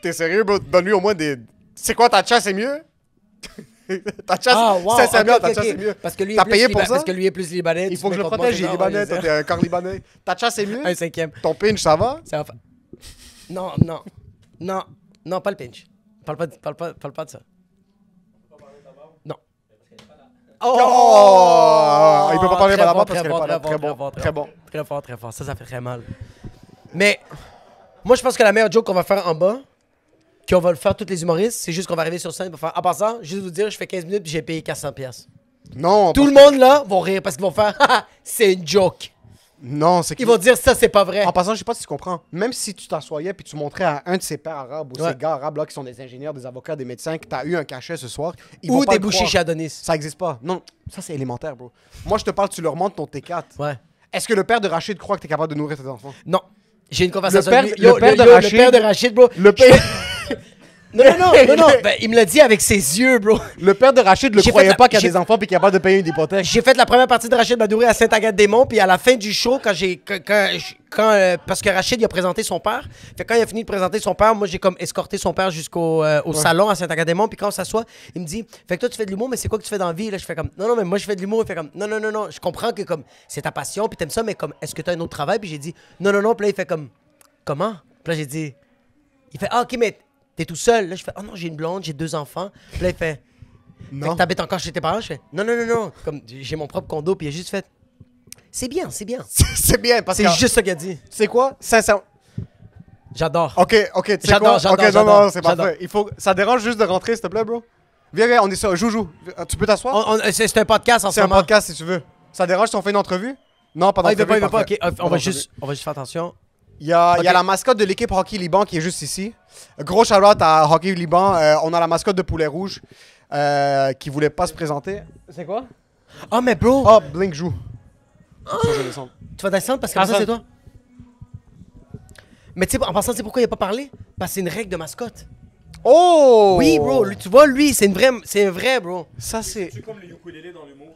Speaker 3: T'es sérieux, bro Donne-lui au moins des. C'est quoi, ta chasse est mieux Ta
Speaker 2: Ah,
Speaker 3: chasse, sincèrement,
Speaker 2: ok,
Speaker 3: ta
Speaker 2: ok,
Speaker 3: chasse
Speaker 2: ok.
Speaker 3: est mieux.
Speaker 2: Parce que lui,
Speaker 3: T'as
Speaker 2: est plus
Speaker 3: payé pour
Speaker 2: liba-
Speaker 3: ça?
Speaker 2: Parce que lui est plus libanais.
Speaker 3: Il
Speaker 2: tu
Speaker 3: faut que
Speaker 2: mets
Speaker 3: je le
Speaker 2: contre
Speaker 3: protège, il
Speaker 2: moi,
Speaker 3: est
Speaker 2: je dis, non,
Speaker 3: libanais, toi
Speaker 2: vas-y,
Speaker 3: t'es un corps libanais. Ta chasse est mieux
Speaker 2: Un cinquième.
Speaker 3: Ton pinch, ça va
Speaker 2: Ça va fa- Non, non. Non, non, pas le pinch. Parle pas de, parle pas, parle pas de ça. Non. Oh!
Speaker 3: Oh! Il peut pas parler
Speaker 2: Très
Speaker 3: de la
Speaker 2: fort,
Speaker 3: barbe parce
Speaker 2: très
Speaker 3: qu'elle est
Speaker 2: fort,
Speaker 3: pas là.
Speaker 2: très
Speaker 3: Très
Speaker 2: fort,
Speaker 3: bon,
Speaker 2: très
Speaker 3: très
Speaker 2: fort,
Speaker 3: bon.
Speaker 2: Très fort, très fort. Ça, ça fait très mal. Mais moi, je pense que la meilleure joke qu'on va faire en bas, qu'on va le faire tous les humoristes, c'est juste qu'on va arriver sur scène. on va faire, en passant, juste vous dire, je fais 15 minutes puis j'ai payé 400$. piastres.
Speaker 3: Non, bah,
Speaker 2: Tout le monde là vont rire parce qu'ils vont faire, Haha, c'est une joke.
Speaker 3: non, c'est
Speaker 2: Ils
Speaker 3: qu'il
Speaker 2: vont dire, ça, c'est pas vrai.
Speaker 3: En passant, je sais pas si tu comprends. Même si tu t'assoyais puis tu montrais à un de ces pères arabes ou
Speaker 2: Ouais.
Speaker 3: ces gars arabes là qui sont des ingénieurs, des avocats, des médecins, que t'as eu un cachet ce soir, ils vont
Speaker 2: Ou
Speaker 3: pas
Speaker 2: des
Speaker 3: le
Speaker 2: bouchées
Speaker 3: croire.
Speaker 2: chez Adonis.
Speaker 3: Ça existe pas. Non, ça c'est élémentaire, bro. Moi, je te parle, tu leur montres ton T4.
Speaker 2: Ouais.
Speaker 3: Est-ce que le père de Rachid croit que t'es capable de nourrir tes enfants
Speaker 2: Non. J'ai une conversation
Speaker 3: père-
Speaker 2: avec lui.
Speaker 3: le
Speaker 2: Yo,
Speaker 3: père de
Speaker 2: yo,
Speaker 3: Rachid-
Speaker 2: Le père de Rachid, bro.
Speaker 3: Le père,
Speaker 2: Non, non, non, non, non. Ben, il me l'a dit avec ses yeux, bro.
Speaker 3: le père de Rachid le
Speaker 2: J'ai
Speaker 3: croyait
Speaker 2: fait la-
Speaker 3: pas qu'il y a
Speaker 2: j'ai-
Speaker 3: des enfants puis qu'il est capable de payer une hypothèque.
Speaker 2: Bah, J'ai fait la première partie de Rachid Badouri à Saint-Agathe-des-Monts, puis à la fin du show, quand j'ai. Quand, quand- quand, euh, parce que Rachid, il a présenté son père. Fait que quand il a fini de présenter son père, moi, j'ai comme escorté son père jusqu'au euh, au salon à Saint-Agathe-des-Monts, puis quand on s'assoit, il me dit Fait que toi, tu fais de l'humour, mais c'est quoi que tu fais dans la vie Là, je fais comme Non, non, mais moi, je fais de l'humour. Il fait comme Non, non, non, non. Je comprends que comme c'est ta passion, puis t'aimes ça, mais comme est-ce que t'as un autre travail Puis j'ai dit Non, non, non. Puis là, il fait comme Comment Puis là, j'ai dit Il fait Ah, ok, mais t'es tout seul. Là, je fais Ah non, j'ai une blonde, j'ai deux enfants. Puis là, il fait fait que t'habites encore chez tes parents? Je fais, non, non, non, non. Comme, j'ai mon propre condo, puis il a juste fait, c'est bien, c'est bien.
Speaker 3: c'est bien parce que
Speaker 2: C'est juste ça qu'il a dit.
Speaker 3: C'est quoi Sincèrement.
Speaker 2: J'adore.
Speaker 3: Ok, ok, tu sais
Speaker 2: J'adore,
Speaker 3: quoi?
Speaker 2: j'adore,
Speaker 3: Ok, non,
Speaker 2: j'adore,
Speaker 3: non, c'est
Speaker 2: j'adore.
Speaker 3: parfait. Il faut... Ça dérange juste de rentrer, s'il te plaît, bro. Viens, viens, on est sur Joujou. Tu peux t'asseoir?
Speaker 2: On- on- c'est, c'est un podcast en ce
Speaker 3: C'est un
Speaker 2: moment.
Speaker 3: podcast si tu veux. Ça dérange si on fait une entrevue? Non, pas
Speaker 2: Ah, il
Speaker 3: d'entrevue.
Speaker 2: veut pas, il veut pas.
Speaker 3: parfait.
Speaker 2: Ok, on,
Speaker 3: Pas
Speaker 2: va
Speaker 3: d'entrevue.
Speaker 2: juste, on va juste faire attention.
Speaker 3: Il y, a, il y a
Speaker 2: Ok.
Speaker 3: la mascotte de l'équipe Hockey Liban qui est juste ici. Gros shout à Hockey Liban. Euh, on a la mascotte de Poulet Rouge euh, qui voulait pas se présenter. C'est quoi?
Speaker 2: Oh, mais bro,
Speaker 3: Oh, Blink joue.
Speaker 2: Ah!
Speaker 3: Ça, je descends.
Speaker 2: tu vas descendre parce que comme ça,
Speaker 3: Attends.
Speaker 2: c'est toi. Mais tu sais, en passant, tu sais pourquoi il a pas parlé? Parce que c'est une règle de mascotte.
Speaker 3: Oh!
Speaker 2: Oui, bro, lui, tu vois, lui, c'est, une vraie, c'est un vrai, bro.
Speaker 3: Ça, c'est.
Speaker 5: Tu es comme les ukulélés dans l'humour.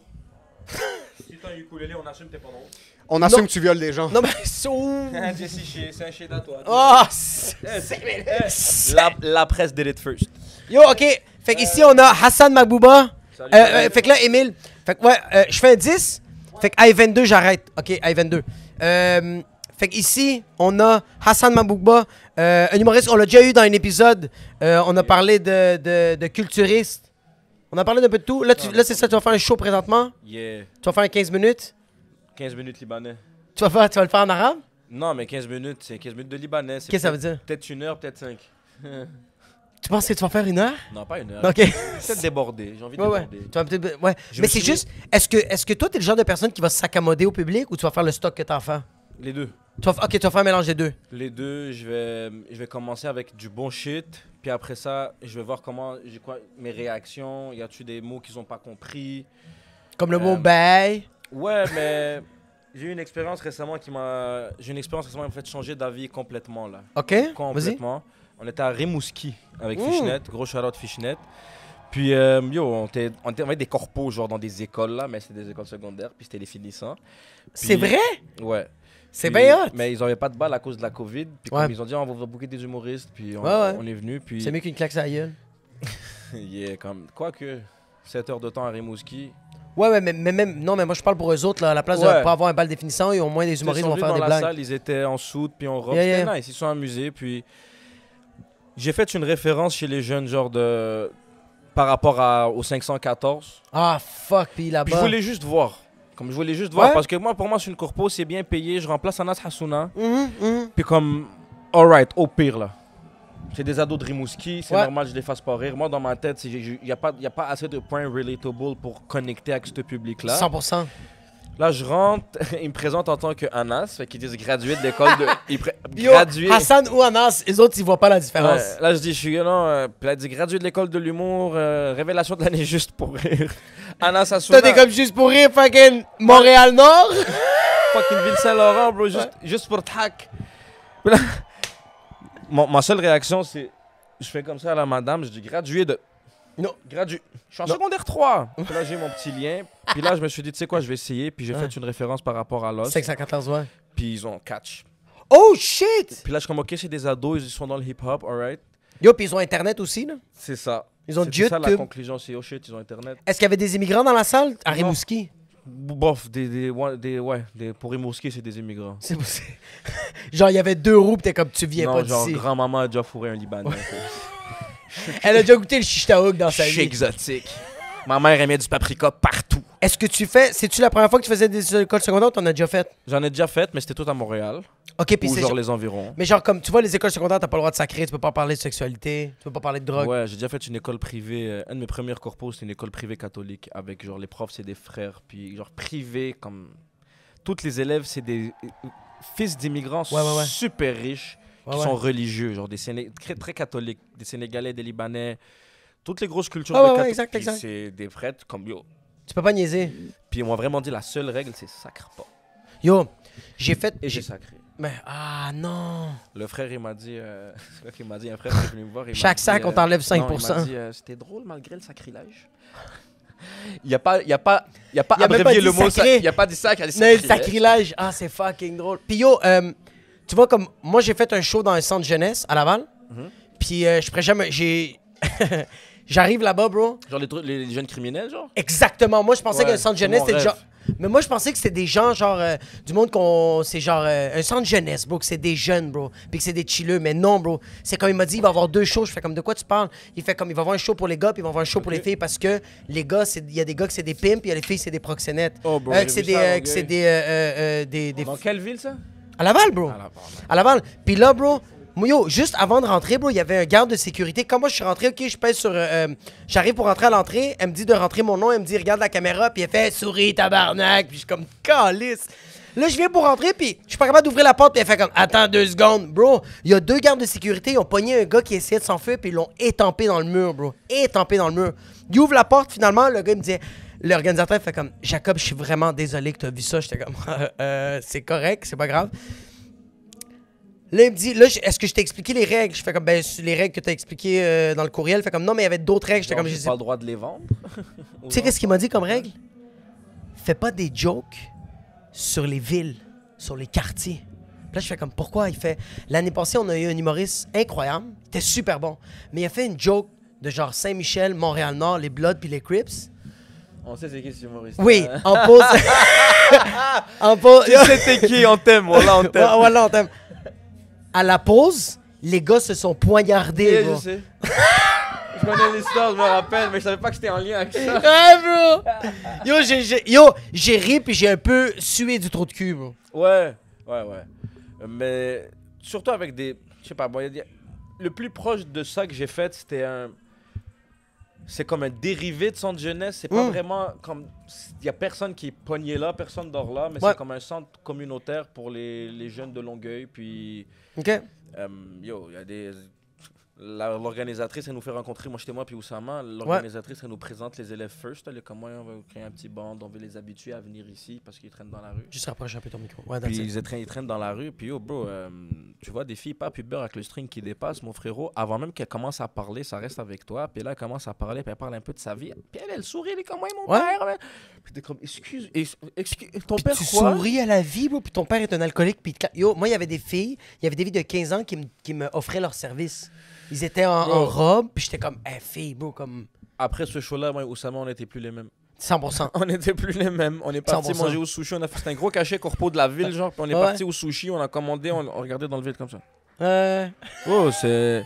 Speaker 5: si t'as un ukulélé, on assume t'es pas drôle.
Speaker 3: On assume
Speaker 2: Non.
Speaker 3: que tu violes des gens.
Speaker 2: Non, mais c'est.
Speaker 5: Jesse, c'est- c'est un chien à toi.
Speaker 2: Oh, c'est-
Speaker 5: Eh, eh,
Speaker 6: La, la presse did it first.
Speaker 2: Yo, ok. Fait que ici, on a Hassan Magbouba.
Speaker 5: Salut.
Speaker 2: Euh, euh, fait que là, Emile. Fait que ouais, euh, je fais un 10. Fait que I22, j'arrête. Ok, I22. Euh, fait que ici, on a Hassan Magbouba, euh, un humoriste. On l'a déjà eu dans un épisode. Euh, on a parlé de, de, de culturiste. On a parlé d'un peu de tout. Là, tu- là c'est ça, tu vas faire un show présentement.
Speaker 6: Yeah.
Speaker 2: Tu vas faire un 15 minutes.
Speaker 6: 15 minutes libanais.
Speaker 2: Tu vas, faire, tu vas le faire en arabe?
Speaker 6: Non, mais 15 minutes, c'est 15 minutes de libanais. c'est
Speaker 2: Qu'est-ce que ça
Speaker 6: peut-être-
Speaker 2: veut dire?
Speaker 6: Peut-être une heure, peut-être cinq.
Speaker 2: Tu penses que tu vas faire une heure?
Speaker 6: Non, pas une heure.
Speaker 2: Ok.
Speaker 6: Peut-être débordé. J'ai envie de
Speaker 2: Ouais, ouais.
Speaker 6: déborder.
Speaker 2: Tu vas peut-être- ouais.
Speaker 6: Ah. Je
Speaker 2: Mais
Speaker 6: me
Speaker 2: c'est
Speaker 6: suis mis-
Speaker 2: juste, est-ce que, est que toi, t'es le genre de personne qui va s'accommoder au public ou tu vas faire le stock que t'as à faire?
Speaker 6: Les deux.
Speaker 2: Tu vas f- ok, tu vas faire un mélange des deux.
Speaker 6: Les deux, je vais, je vais commencer avec du bon shit. Puis après ça, je vais voir comment, j'ai quoi, mes réactions. Y a-tu des mots qu'ils ont pas compris
Speaker 2: Comme le mot
Speaker 6: Euh,
Speaker 2: bail.
Speaker 6: Ouais, mais j'ai eu une expérience récemment qui m'a, j'ai eu une expérience récemment qui m'a fait changer d'avis complètement là.
Speaker 2: Ok, vas-y.
Speaker 6: Complètement. On était à Rimouski avec Fishnet, gros shout-out Fishnet. Puis, euh, yo, on était, on était- on avait des corpos, genre dans des écoles, là, mais c'était des écoles secondaires, puis c'était les finissants.
Speaker 2: C'est
Speaker 6: Puis-
Speaker 2: vrai?
Speaker 6: Ouais.
Speaker 2: C'est
Speaker 6: Puis-
Speaker 2: bien hot.
Speaker 6: Mais ils n'avaient pas de balle à cause de la COVID. Puis
Speaker 2: Ouais.
Speaker 6: comme ils ont dit, on va vous booker des humoristes, puis on,
Speaker 2: Ouais, ouais.
Speaker 6: on est venu. Puis
Speaker 2: C'est mieux qu'une claque sur la gueule.
Speaker 6: il est comme, quoique, 7 heures de temps à Rimouski.
Speaker 2: Ouais, ouais, mais, mais même. Non, mais moi, je parle pour eux autres, là. À la place de
Speaker 6: Ouais.
Speaker 2: pas avoir un bal définissant, ils ont au moins des humoristes
Speaker 6: Ils
Speaker 2: qui vont
Speaker 6: sont venus
Speaker 2: faire
Speaker 6: dans
Speaker 2: des
Speaker 6: la
Speaker 2: blagues.
Speaker 6: salle, ils étaient en soude, puis on rock.
Speaker 2: Yeah,
Speaker 6: C'était
Speaker 2: yeah.
Speaker 6: nice, ils sont amusés, puis j'ai fait une référence chez les jeunes, genre de par rapport à, au 514.
Speaker 2: Ah, fuck, puis
Speaker 6: Puis je
Speaker 2: là-bas.
Speaker 6: voulais juste voir. Comme je voulais juste voir,
Speaker 2: Ouais.
Speaker 6: parce que moi, pour moi, c'est une corpo, c'est bien payé. Je remplace Anas Hassouna.
Speaker 2: Mhm, mhm.
Speaker 6: Puis comme, alright, au pire, là. C'est des ados de Rimouski, c'est
Speaker 2: Ouais.
Speaker 6: normal que je les fasse pas rire. Moi, dans ma tête, il n'y a, pas- y a pas assez de points relatable pour connecter avec ce public-là.
Speaker 2: 100%.
Speaker 6: Là, je rentre, ils me présentent en tant que Anas, fait qu'ils disent gradué de l'école de. ils pré-
Speaker 2: Yo,
Speaker 6: gradué.
Speaker 2: Hassan ou Anas, les autres, ils voient pas la différence.
Speaker 6: Ouais, là, je dis, je suis non. euh, puis là, il dit gradué de l'école de l'humour, euh, révélation de l'année juste pour rire. Anas Assouna,
Speaker 2: Toi, t'es comme juste pour rire, fucking Montréal-Nord.
Speaker 6: fucking ville Saint-Laurent, bro, juste, juste pour tac. Puis là, mon- ma seule réaction, c'est. Je fais comme ça à la madame, je dis gradué de.
Speaker 2: Non.
Speaker 6: gradué. Je suis en
Speaker 2: Non.
Speaker 6: secondaire 3. Puis là, j'ai mon petit lien. Puis là, je me suis dit, tu sais quoi, je vais essayer. Puis j'ai
Speaker 2: Ouais.
Speaker 6: fait une référence par rapport à l'os.
Speaker 2: 514, ouais.
Speaker 6: Puis ils ont catch.
Speaker 2: Oh shit!
Speaker 6: Puis là, je suis comme, ok, c'est des ados, ils sont dans le hip-hop, alright.
Speaker 2: Yo, puis ils ont Internet aussi, là.
Speaker 6: C'est ça.
Speaker 2: Ils ont
Speaker 6: C'est
Speaker 2: YouTube.
Speaker 6: ça la conclusion, c'est oh shit, ils ont Internet.
Speaker 2: Est-ce qu'il y avait des immigrants dans la salle? À
Speaker 6: Non.
Speaker 2: Rimouski.
Speaker 6: Bof, des, des, ouais, des- ouais, des- pour Rimouski, c'est des immigrants.
Speaker 2: C'est possible. genre, il y avait deux roues, pis t'es comme, tu viens
Speaker 6: non,
Speaker 2: pas
Speaker 6: genre,
Speaker 2: d'ici.
Speaker 6: grand-maman a déjà fourré un Libanais.
Speaker 2: Elle a déjà goûté le shishtaouk dans sa
Speaker 6: C'est
Speaker 2: vie.
Speaker 6: exotique. Ma mère aimait du paprika partout.
Speaker 2: Est-ce que tu fais. C'est-tu la première fois que tu faisais des écoles secondaires ou t'en as déjà fait?
Speaker 6: J'en ai déjà fait, mais c'était tout à Montréal.
Speaker 2: Ok, puis
Speaker 6: ou
Speaker 2: c'est.
Speaker 6: genre les environs.
Speaker 2: Mais genre, comme tu vois, les écoles secondaires, t'as pas le droit de sacrer, tu peux pas parler de sexualité, tu peux pas parler de drogue.
Speaker 6: Ouais, j'ai déjà fait une école privée. euh, Un de mes premiers corpos, c'était une école privée catholique avec genre les profs, c'est des frères. Puis genre privé, comme. Toutes les élèves, c'est des euh, fils d'immigrants
Speaker 2: Ouais, ouais, ouais.
Speaker 6: super riches.
Speaker 2: Ouais,
Speaker 6: qui
Speaker 2: ouais.
Speaker 6: sont religieux, genre des Séné- très, très catholiques, des Sénégalais, des Libanais, toutes les grosses cultures
Speaker 2: Ah ouais,
Speaker 6: de
Speaker 2: ouais,
Speaker 6: catho-
Speaker 2: exact,
Speaker 6: puis
Speaker 2: exact.
Speaker 6: C'est des prêtres comme yo.
Speaker 2: Tu peux pas niaiser.
Speaker 6: Puis ils m'ont vraiment dit la seule règle, c'est sacre pas.
Speaker 2: Yo, j'ai fait.
Speaker 6: Et j'ai
Speaker 2: j'ai-
Speaker 6: sacré.
Speaker 2: Mais. Ah non!
Speaker 6: Le frère, il m'a dit, euh, c'est là qu'il m'a dit, un frère qui est venu me voir. il m'a
Speaker 2: Chaque
Speaker 6: dit,
Speaker 2: sac, on
Speaker 6: euh,
Speaker 2: t'enlève
Speaker 6: non, il
Speaker 2: 5%.
Speaker 6: m'a dit, euh, c'était drôle malgré le sacrilège. Il n'y a pas, il y a pas, il y a pas
Speaker 2: Il a même pas
Speaker 6: abrévié
Speaker 2: dit
Speaker 6: le
Speaker 2: sacré.
Speaker 6: mot sacré. Il n'y a pas dit sacre, il
Speaker 2: Mais
Speaker 6: a
Speaker 2: le
Speaker 6: dit
Speaker 2: sacrilège, ah, c'est fucking drôle. Puis yo, euh, tu vois, comme moi, j'ai fait un show dans un centre jeunesse à Laval. Puis euh, je pourrais jamais. J'ai. J'arrive là-bas, bro.
Speaker 6: Genre les, trucs- les, les jeunes criminels, genre.
Speaker 2: Exactement. Moi, je pensais
Speaker 6: Ouais,
Speaker 2: qu'un centre
Speaker 6: c'est
Speaker 2: jeunesse,
Speaker 6: mon
Speaker 2: c'était
Speaker 6: rêve.
Speaker 2: genre. Mais moi, je pensais que c'était des gens, genre, euh, du monde qu'on. C'est genre euh, un centre jeunesse, bro, que c'est des jeunes, bro. Puis que c'est des chilleux. Mais non, bro. C'est comme il m'a dit, il va y avoir deux shows. Je fais comme, de quoi tu parles Il fait comme, il va y avoir un show pour les gars, puis il va y avoir un show pour les filles. Parce que les gars, c'est- il y a des gars que c'est des pimps, puis il y a les filles, c'est des proxénètes.
Speaker 6: Oh, bro,
Speaker 2: Euh,
Speaker 6: j'ai
Speaker 2: que c'est
Speaker 6: vu
Speaker 2: des.
Speaker 6: ça,
Speaker 2: euh,
Speaker 6: mon
Speaker 2: que c'est
Speaker 6: gars.
Speaker 2: des, euh, euh, euh, des- des
Speaker 6: Dans quelle ville, ça
Speaker 2: à Laval, bro.
Speaker 6: À Laval, ouais.
Speaker 2: À Laval. Puis là, bro, moi, yo, juste avant de rentrer, bro, il y avait un garde de sécurité. Quand moi, je suis rentré, OK, je pèse sur... euh, euh, J'arrive pour rentrer à l'entrée. Elle me dit de rentrer mon nom. Elle me dit, regarde la caméra. Puis elle fait, souris, tabarnak. Puis je suis comme, calice. Là, je viens pour rentrer, puis je suis pas capable d'ouvrir la porte, puis elle fait comme, attends deux secondes, bro. Il y a deux gardes de sécurité, ils ont pogné un gars qui essayait de s'enfuir, puis ils l'ont étampé dans le mur, bro. Étampé dans le mur. Il ouvre la porte, finalement, le gars, il me dit, l'organisateur fait comme, Jacob, je suis vraiment désolé que t'as vu ça. J'étais comme, Euh, c'est correct, c'est pas grave. Là, il me dit, là, je- est-ce que je t'ai expliqué les règles? Je fais comme, ben, les règles que t'as expliquées euh, dans le courriel. Fait comme, non, mais il y avait d'autres règles. J'étais
Speaker 6: Genre,
Speaker 2: comme,
Speaker 6: j'ai
Speaker 2: j'ai dit,
Speaker 6: pas le droit de les vendre.
Speaker 2: tu sais qu'est-ce qu'il m'a dit comme règle? Fais pas des jokes sur les villes, sur les quartiers. Puis là, je fais comme, pourquoi? Il fait, l'année passée, on a eu un humoriste incroyable, il était super bon, mais il a fait une joke de genre Saint-Michel, Montréal-Nord, les Bloods puis les Crips.
Speaker 6: On sait c'est qui ce humoriste. Euh,
Speaker 2: Oui, en pause. en pause.
Speaker 6: C'était qui On t'aime, voilà, on
Speaker 2: Ouais, voilà, on t'aime. À la pause, les gars se sont poignardés.
Speaker 6: Yeah,
Speaker 2: bro.
Speaker 6: je sais. je connais l'histoire, je me rappelle, mais je savais pas que c'était en lien avec ça.
Speaker 2: Ouais, bro! Yo, j'ai- j'ai- yo, j'ai ri puis j'ai un peu sué du trou de cul, bro.
Speaker 6: Ouais, ouais, ouais. Mais surtout avec des. Je sais pas, bon, y a- y a- le plus proche de ça que j'ai fait, c'était un. C'est comme un dérivé de centre jeunesse. C'est pas
Speaker 2: Mm.
Speaker 6: vraiment comme. Il y a personne qui est pogné là, personne dort là, mais
Speaker 2: Ouais.
Speaker 6: c'est comme un centre communautaire pour les, les jeunes de Longueuil. Puis.
Speaker 2: OK?
Speaker 6: Euh, yo, il y a des. La- L'organisatrice, elle nous fait rencontrer, moi j'étais moi puis Oussama. L'organisatrice, elle nous présente les élèves first. Elle est comme moi, on va créer un petit band, on veut les habituer à venir ici parce qu'ils traînent dans la rue.
Speaker 2: Juste rapproche un peu ton micro. Ouais, that's
Speaker 6: Puis
Speaker 2: it.
Speaker 6: ils traînent, ils traînent dans la rue, puis yo, bro, euh, tu vois des filles pas pub beurre avec le string qui dépasse, mon frérot, avant même qu'elle commence à parler, ça reste avec toi, puis là, elle commence à parler, puis elle parle un peu de sa vie, puis elle, elle sourit, elle est comme, ouais, mon
Speaker 2: Ouais.
Speaker 6: père, man. Puis t'es comme, excuse, ex- excuse, ton
Speaker 2: Puis
Speaker 6: père
Speaker 2: tu
Speaker 6: quoi?
Speaker 2: souris à la vie, bro, puis ton père est un alcoolique. Puis il te cla- Yo, moi, il y avait des filles, il y avait des filles de 15 ans qui me, qui me offraient leur service. Ils étaient en, en robe, puis j'étais comme, hey, fille, bro, comme
Speaker 6: Après ce show-là, moi et Oussama, on n'était plus les mêmes.
Speaker 2: 100%.
Speaker 6: On n'était plus les mêmes. On est parti
Speaker 2: 100%.
Speaker 6: manger au sushi, on a fait c'était un gros cachet corpo de la ville, genre, puis on est
Speaker 2: Ouais.
Speaker 6: parti au sushi, on a commandé, on, on regardait dans le vide comme ça.
Speaker 2: Euh,
Speaker 6: Oh, c'est.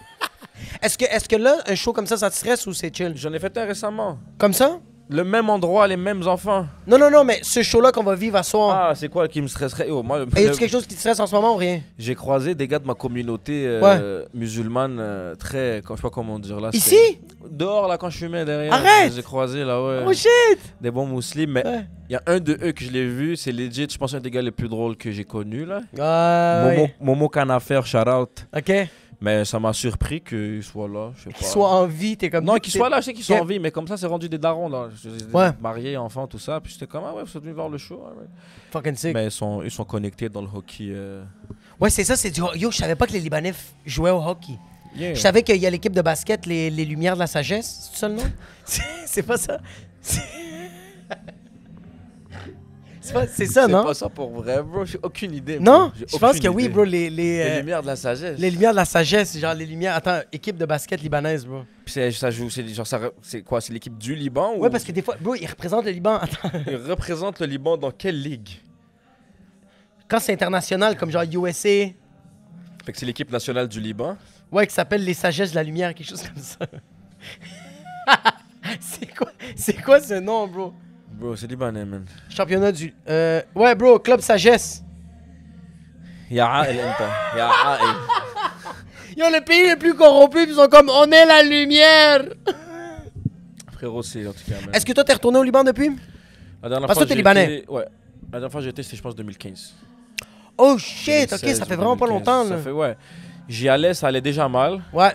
Speaker 2: Est-ce que, est que là, un show comme ça, ça te stresse ou c'est chill?
Speaker 6: J'en ai fait un récemment.
Speaker 2: Comme ça?
Speaker 6: Le même endroit, les mêmes enfants.
Speaker 2: Non, non, non, mais ce show-là qu'on va vivre à soir.
Speaker 6: Ah, c'est quoi qui me stresserait? Oh, moi, le-
Speaker 2: Et y a
Speaker 6: le-
Speaker 2: quelque chose qui te stresse en ce moment ou rien?
Speaker 6: J'ai croisé des gars de ma communauté euh, musulmane euh, très. quand- Je sais pas comment dire là.
Speaker 2: Ici?
Speaker 6: c'est- Dehors là quand je fumais derrière.
Speaker 2: Arrête!
Speaker 6: J'ai croisé là, ouais.
Speaker 2: Oh shit!
Speaker 6: Des bons musulmans, mais il
Speaker 2: Ouais.
Speaker 6: y a un de eux que je l'ai vu, c'est legit, je pense un des gars les plus drôles que j'ai connu là.
Speaker 2: Ah Ouais,
Speaker 6: Momo, Momo Canafer, shout out.
Speaker 2: Ok.
Speaker 6: Mais ça m'a surpris qu'il soit là, je sais pas.
Speaker 2: Qu'il soit en vie, t'es comme.
Speaker 6: Non, qu'ils soient là, je sais qu'ils sont
Speaker 2: Ok.
Speaker 6: en vie, mais comme ça, c'est rendu des darons, là. Je- je-
Speaker 2: Ouais.
Speaker 6: Mariés, enfants, tout ça. Puis j'étais comme, ah ouais, vous êtes venus voir le show. ouais, ouais.
Speaker 2: Fucking sick.
Speaker 6: Mais ils sont, ils sont connectés dans le hockey. euh,
Speaker 2: Ouais, c'est ça, c'est du. Yo, je savais pas que les Libanais f- jouaient au hockey.
Speaker 6: yeah.
Speaker 2: Je savais qu'il y a l'équipe de basket, les, les Lumières de la Sagesse, c'est ça le nom? C'est- c'est pas ça? C'est c'est pas- c'est ça,
Speaker 6: C'est
Speaker 2: non?
Speaker 6: pas ça pour vrai, bro. J'ai aucune idée. bro.
Speaker 2: Non?
Speaker 6: J'ai
Speaker 2: Je pense
Speaker 6: aucune
Speaker 2: que oui,
Speaker 6: idée.
Speaker 2: bro, les, les,
Speaker 6: Les
Speaker 2: euh,
Speaker 6: lumières de la sagesse.
Speaker 2: les Lumières de la Sagesse, genre les Lumières. Attends, équipe de basket libanaise, bro.
Speaker 6: Puis c'est- ça joue, c'est genre ça re- c'est quoi C'est l'équipe du Liban ou
Speaker 2: Ouais, parce que des fois, bro, ils représentent le Liban. Attends,
Speaker 6: ils représentent le Liban dans quelle ligue
Speaker 2: quand c'est international, comme genre USA,
Speaker 6: Fait que c'est l'équipe nationale du Liban.
Speaker 2: ouais, qui s'appelle Les Sagesses de la Lumière, quelque chose comme ça. c'est quoi, c'est quoi ce nom, bro?
Speaker 6: Bro, c'est libanais, man.
Speaker 2: Championnat du. euh, ouais, bro, Club Sagesse.
Speaker 6: Ya Ael Enta. Ya Ael.
Speaker 2: Yo, le pays le plus corrompu, puis ils sont comme on est la lumière.
Speaker 6: Frérot, c'est en tout cas, man.
Speaker 2: Est-ce que toi t'es retourné au Liban depuis
Speaker 6: La dernière
Speaker 2: Parce que
Speaker 6: fois,
Speaker 2: t'es
Speaker 6: j'ai
Speaker 2: Libanais.
Speaker 6: été- Ouais. La dernière fois que j'ai été, c'était je pense 2015.
Speaker 2: Oh shit, ok,
Speaker 6: 2016
Speaker 2: ça
Speaker 6: ou
Speaker 2: fait vraiment pas
Speaker 6: 2015.
Speaker 2: longtemps
Speaker 6: Ça
Speaker 2: là.
Speaker 6: fait ouais. J'y allais, ça allait déjà mal.
Speaker 2: Ouais,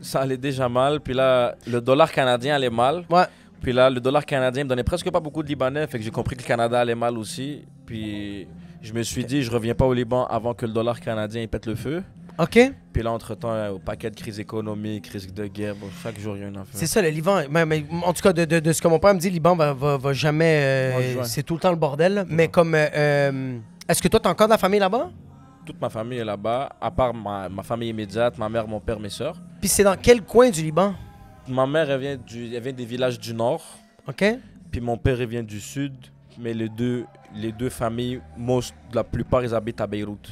Speaker 6: Ça allait déjà mal. Puis là, le dollar canadien allait mal.
Speaker 2: ouais.
Speaker 6: Puis là, le dollar canadien me donnait presque pas beaucoup de Libanais, fait que j'ai compris que le Canada allait mal aussi. Puis je me suis dit, je reviens pas au Liban avant que le dollar canadien il pète le feu.
Speaker 2: Ok,
Speaker 6: Puis là, entre-temps, euh, au paquet de crise économique, risque de guerre, bon, chaque jour, il y a une affaire.
Speaker 2: c'est ça le Liban. Mais, mais, en tout cas, de, de- de ce que mon père me dit, le Liban va, va, va jamais. euh,
Speaker 6: Ouais, je vois.
Speaker 2: c'est tout le temps le bordel. là. Mais comme. euh, euh, Est-ce que toi t'as encore de la famille là-bas
Speaker 6: Toute ma famille est là-bas, à part ma, ma famille immédiate, ma mère, mon père, mes soeurs.
Speaker 2: Puis c'est dans quel coin du Liban
Speaker 6: Ma mère, elle vient, du, elle vient des villages du nord,
Speaker 2: Ok
Speaker 6: puis mon père, il vient du sud. Mais les deux, les deux familles, most, la plupart, ils habitent à Beyrouth,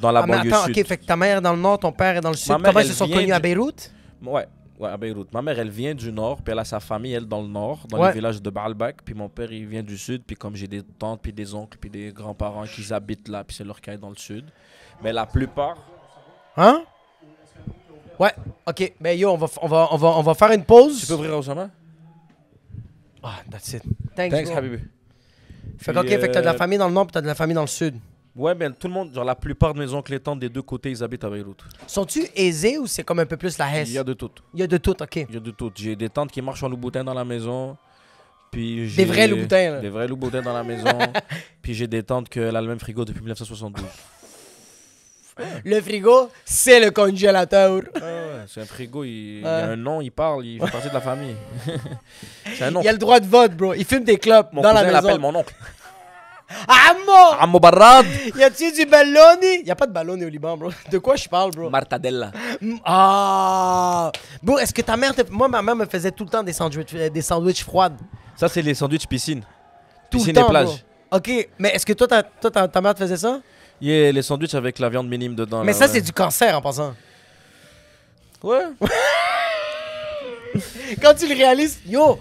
Speaker 6: dans la
Speaker 2: Ah, mais
Speaker 6: banlieue
Speaker 2: attends,
Speaker 6: sud.
Speaker 2: ok, fait que ta mère est dans le nord, ton père est dans le sud.
Speaker 6: mère,
Speaker 2: Comment ils
Speaker 6: elle
Speaker 2: se sont
Speaker 6: vient
Speaker 2: connus à
Speaker 6: du-
Speaker 2: Beyrouth
Speaker 6: Ouais, ouais, à Beyrouth. Ma mère, elle vient du nord, puis elle a sa famille, elle, dans le nord, dans
Speaker 2: Ouais.
Speaker 6: le village de Baalbek. Puis mon père, il vient du sud, puis comme j'ai des tantes, puis des oncles, puis des grands-parents qui habitent là, puis c'est leur cas dans le sud. Mais la plupart.
Speaker 2: Hein Ouais, ok. Ben yo, on va, f- on va, on va, on va faire une pause.
Speaker 6: Tu peux ouvrir Osama
Speaker 2: Ah, that's it. Thanks,
Speaker 6: Thanks,
Speaker 2: bro.
Speaker 6: Habibi.
Speaker 2: Fait que, ok,
Speaker 6: Puis,
Speaker 2: fait que t'as de la
Speaker 6: euh,
Speaker 2: famille dans le nord puis t'as de la famille dans le sud.
Speaker 6: Ouais, ben tout le monde, genre la plupart de mes oncles et tantes des deux côtés, ils habitent à Beyrouth.
Speaker 2: Sont-tu aisés ou c'est comme un peu plus la Hesse?
Speaker 6: Il y a de tout.
Speaker 2: Il y a de tout, ok.
Speaker 6: Il y a de tout. J'ai des tantes qui marchent en Louboutin dans la maison. Puis j'ai-
Speaker 2: vrais Louboutins, là.
Speaker 6: Des vrais Louboutins dans la maison. puis j'ai des tantes qu'elle a le même frigo depuis 1972.
Speaker 2: Le frigo, c'est le congélateur.
Speaker 6: Ah ouais, c'est un frigo, il, il y
Speaker 2: Ouais.
Speaker 6: a un nom, il parle, il fait partie de la famille. c'est un
Speaker 2: Il
Speaker 6: oncle.
Speaker 2: y a le droit de vote, bro. Il fume des clopes
Speaker 6: Mon
Speaker 2: dans
Speaker 6: cousin
Speaker 2: la
Speaker 6: l'appelle
Speaker 2: maison.
Speaker 6: mon oncle.
Speaker 2: Ah, mon!
Speaker 6: Ammo Barad
Speaker 2: Y a-tu du ballonné? Y a pas de ballonné au Liban, bro. De quoi je parle, bro?
Speaker 6: Martadella.
Speaker 2: Mm, Ah! Bro, est-ce que ta mère... te- Moi, ma mère me faisait tout le temps des sandwichs, euh, des sandwichs froides.
Speaker 6: Ça, c'est les sandwichs piscine.
Speaker 2: Tout
Speaker 6: piscine
Speaker 2: le temps,
Speaker 6: et plage.
Speaker 2: bro. Ok, mais est-ce que toi, ta, toi, ta, ta mère te faisait ça?
Speaker 6: Yeah, les sandwichs avec la viande minime dedans.
Speaker 2: mais
Speaker 6: là,
Speaker 2: ça,
Speaker 6: ouais.
Speaker 2: c'est du cancer, en passant.
Speaker 6: Ouais.
Speaker 2: Quand tu le réalises, yo,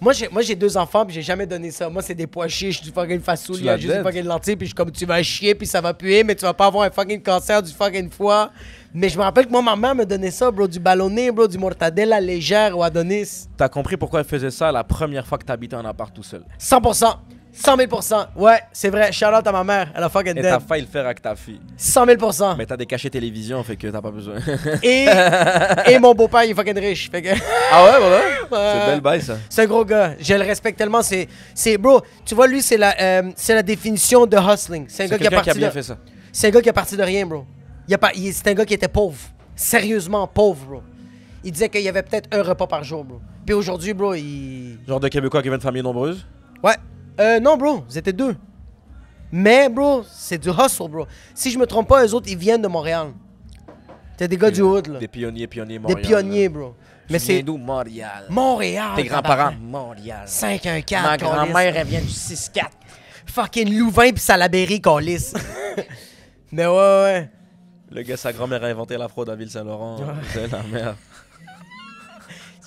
Speaker 2: moi j'ai, moi j'ai deux enfants puis j'ai jamais donné ça. Moi c'est des pois chiches, du fucking fasoul,
Speaker 6: Tu
Speaker 2: il y a
Speaker 6: l'as
Speaker 2: juste des
Speaker 6: dead.
Speaker 2: fucking lentilles puis je suis comme tu vas chier puis ça va puer mais tu vas pas avoir un fucking cancer du fucking foie. Mais je me rappelle que moi ma mère me donnait ça bro du ballonné bro du mortadella légère ou adonis.
Speaker 6: T'as compris pourquoi elle faisait ça la première fois que t'habitais en appart tout seul.
Speaker 2: 100%. 100 000 Ouais, c'est vrai. Shout out à ma mère. Elle a fucking dead.
Speaker 6: Et t'as failli le faire avec ta fille.
Speaker 2: 100 000
Speaker 6: Mais t'as des cachets télévision, fait que t'as pas besoin.
Speaker 2: Ah Et, et mon beau-père, il est fucking riche. Fait que
Speaker 6: ah ouais, voilà?
Speaker 2: Ouais.
Speaker 6: C'est belle bail, ça.
Speaker 2: c'est un gros gars. Je le respecte tellement. C'est, c'est bro, tu vois, lui, c'est la, euh, c'est la définition de hustling. C'est un
Speaker 6: C'est
Speaker 2: gars qui a
Speaker 6: quelqu'un qui
Speaker 2: parti
Speaker 6: a bien
Speaker 2: de-
Speaker 6: fait ça.
Speaker 2: C'est un gars qui est parti de rien, bro. Il a pas, il- c'est un gars qui était pauvre. Sérieusement pauvre, bro. Il disait qu'il y avait peut-être un repas par jour, bro. Puis aujourd'hui, bro, il.
Speaker 6: Genre de Québécois qui vient de familles nombreuses.
Speaker 2: Ouais. Euh, non, bro, vous étiez deux. Mais, bro, c'est du hustle, bro. Si je me trompe pas, eux autres, ils viennent de Montréal. T'es des gars du hood, là.
Speaker 6: Des
Speaker 2: Des,
Speaker 6: pionniers, pionniers, Montréal.
Speaker 2: pionniers, bro. Mais c'est
Speaker 6: d'où Montréal.
Speaker 2: Montréal.
Speaker 6: Tes grands-parents.
Speaker 2: Ah, tabarnak.
Speaker 6: Montréal.
Speaker 2: 5-1-4.
Speaker 6: Ma grand-mère,
Speaker 2: elle vient du 6-4. Fucking Louvain pis Salaberry, lisse. Mais ouais, ouais.
Speaker 6: Le gars, sa grand-mère a inventé la fraude à Ville-Saint-Laurent. C'est la merde.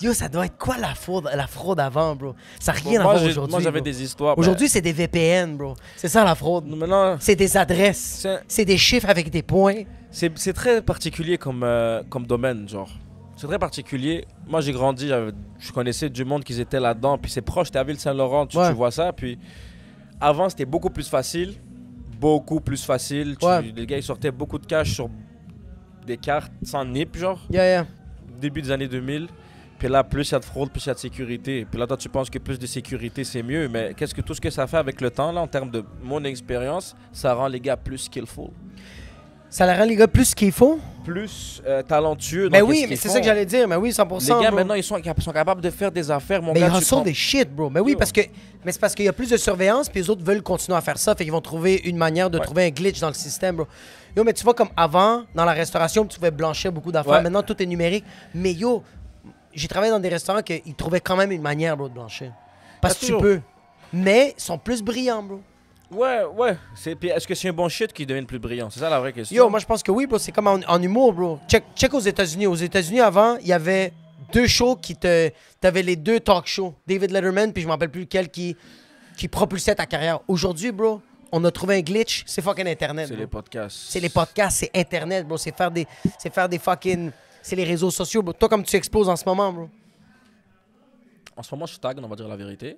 Speaker 2: Yo, ça doit être quoi la fraude, la fraude avant, bro? Ça n'a rien à
Speaker 6: moi,
Speaker 2: voir
Speaker 6: j'ai-
Speaker 2: aujourd'hui.
Speaker 6: moi, j'avais
Speaker 2: bro.
Speaker 6: des histoires. ben,
Speaker 2: Aujourd'hui, c'est des VPN, bro. C'est ça la fraude.
Speaker 6: maintenant,
Speaker 2: C'est des adresses.
Speaker 6: c'est-
Speaker 2: C'est des chiffres avec des points.
Speaker 6: c'est c'est très particulier comme, euh, comme domaine, genre. C'est très particulier. Moi, j'ai grandi, j'avais- je connaissais du monde qui était là-dedans. Puis c'est proche, t'es à Ville-Saint-Laurent, tu,
Speaker 2: Ouais.
Speaker 6: tu vois ça. Puis avant, c'était beaucoup plus facile. Beaucoup plus facile. Tu-
Speaker 2: Ouais.
Speaker 6: les gars, ils sortaient beaucoup de cash sur des cartes sans nip, genre.
Speaker 2: Yeah, yeah.
Speaker 6: début des années 2000. Puis là, plus il y a de fraude, plus il y a de sécurité. Puis là, toi, tu penses que plus de sécurité, c'est mieux. Mais qu'est-ce que tout ce que ça fait avec le temps, là, en termes de mon expérience, ça rend les gars plus skillful,
Speaker 2: Ça la rend les gars plus qu'ils font.
Speaker 6: plus euh, talentueux. dans
Speaker 2: Mais
Speaker 6: qu'est-ce
Speaker 2: oui,
Speaker 6: qu'ils
Speaker 2: mais c'est
Speaker 6: font.
Speaker 2: ça que j'allais dire. Mais oui, 100%.
Speaker 6: Les gars,
Speaker 2: bro.
Speaker 6: maintenant, ils sont, cap- sont capables de faire des affaires. Mon
Speaker 2: mais
Speaker 6: gars,
Speaker 2: ils
Speaker 6: tu
Speaker 2: ressortent
Speaker 6: prends-
Speaker 2: des shit, bro. Mais oui,
Speaker 6: Yo.
Speaker 2: parce que mais c'est parce qu'il y a plus de surveillance, puis les autres veulent continuer à faire ça, fait qu'ils vont trouver une manière de
Speaker 6: Ouais.
Speaker 2: trouver un glitch dans le système, bro. Yo, mais tu vois, comme avant, dans la restauration, tu pouvais blanchir beaucoup d'affaires.
Speaker 6: Ouais.
Speaker 2: Maintenant, tout est numérique. Mais yo, j'ai travaillé dans des restaurants qu'ils trouvaient quand même une manière, bro, de blanchir. Parce
Speaker 6: Ah,
Speaker 2: que tu
Speaker 6: toujours.
Speaker 2: peux. Mais ils sont plus brillants, bro.
Speaker 6: Ouais, ouais. C'est... Puis est-ce que c'est un bon shit qui devient plus brillant C'est ça la vraie question.
Speaker 2: Yo, moi, je pense que oui, bro. C'est comme en, en humour, bro. Check, check aux États-Unis. Aux États-Unis, avant, il y avait deux shows qui te. T'avais les deux talk shows. David Letterman, puis je m'en rappelle plus lequel qui, qui propulsait ta carrière. Aujourd'hui, bro, on a trouvé un glitch. C'est fucking Internet.
Speaker 6: c'est
Speaker 2: bro.
Speaker 6: les podcasts.
Speaker 2: C'est les podcasts, c'est Internet, bro. C'est faire des, c'est faire des fucking. C'est les réseaux sociaux, bro. Toi, comme tu exposes en ce moment, bro.
Speaker 6: En ce moment, je tag, on va dire la vérité.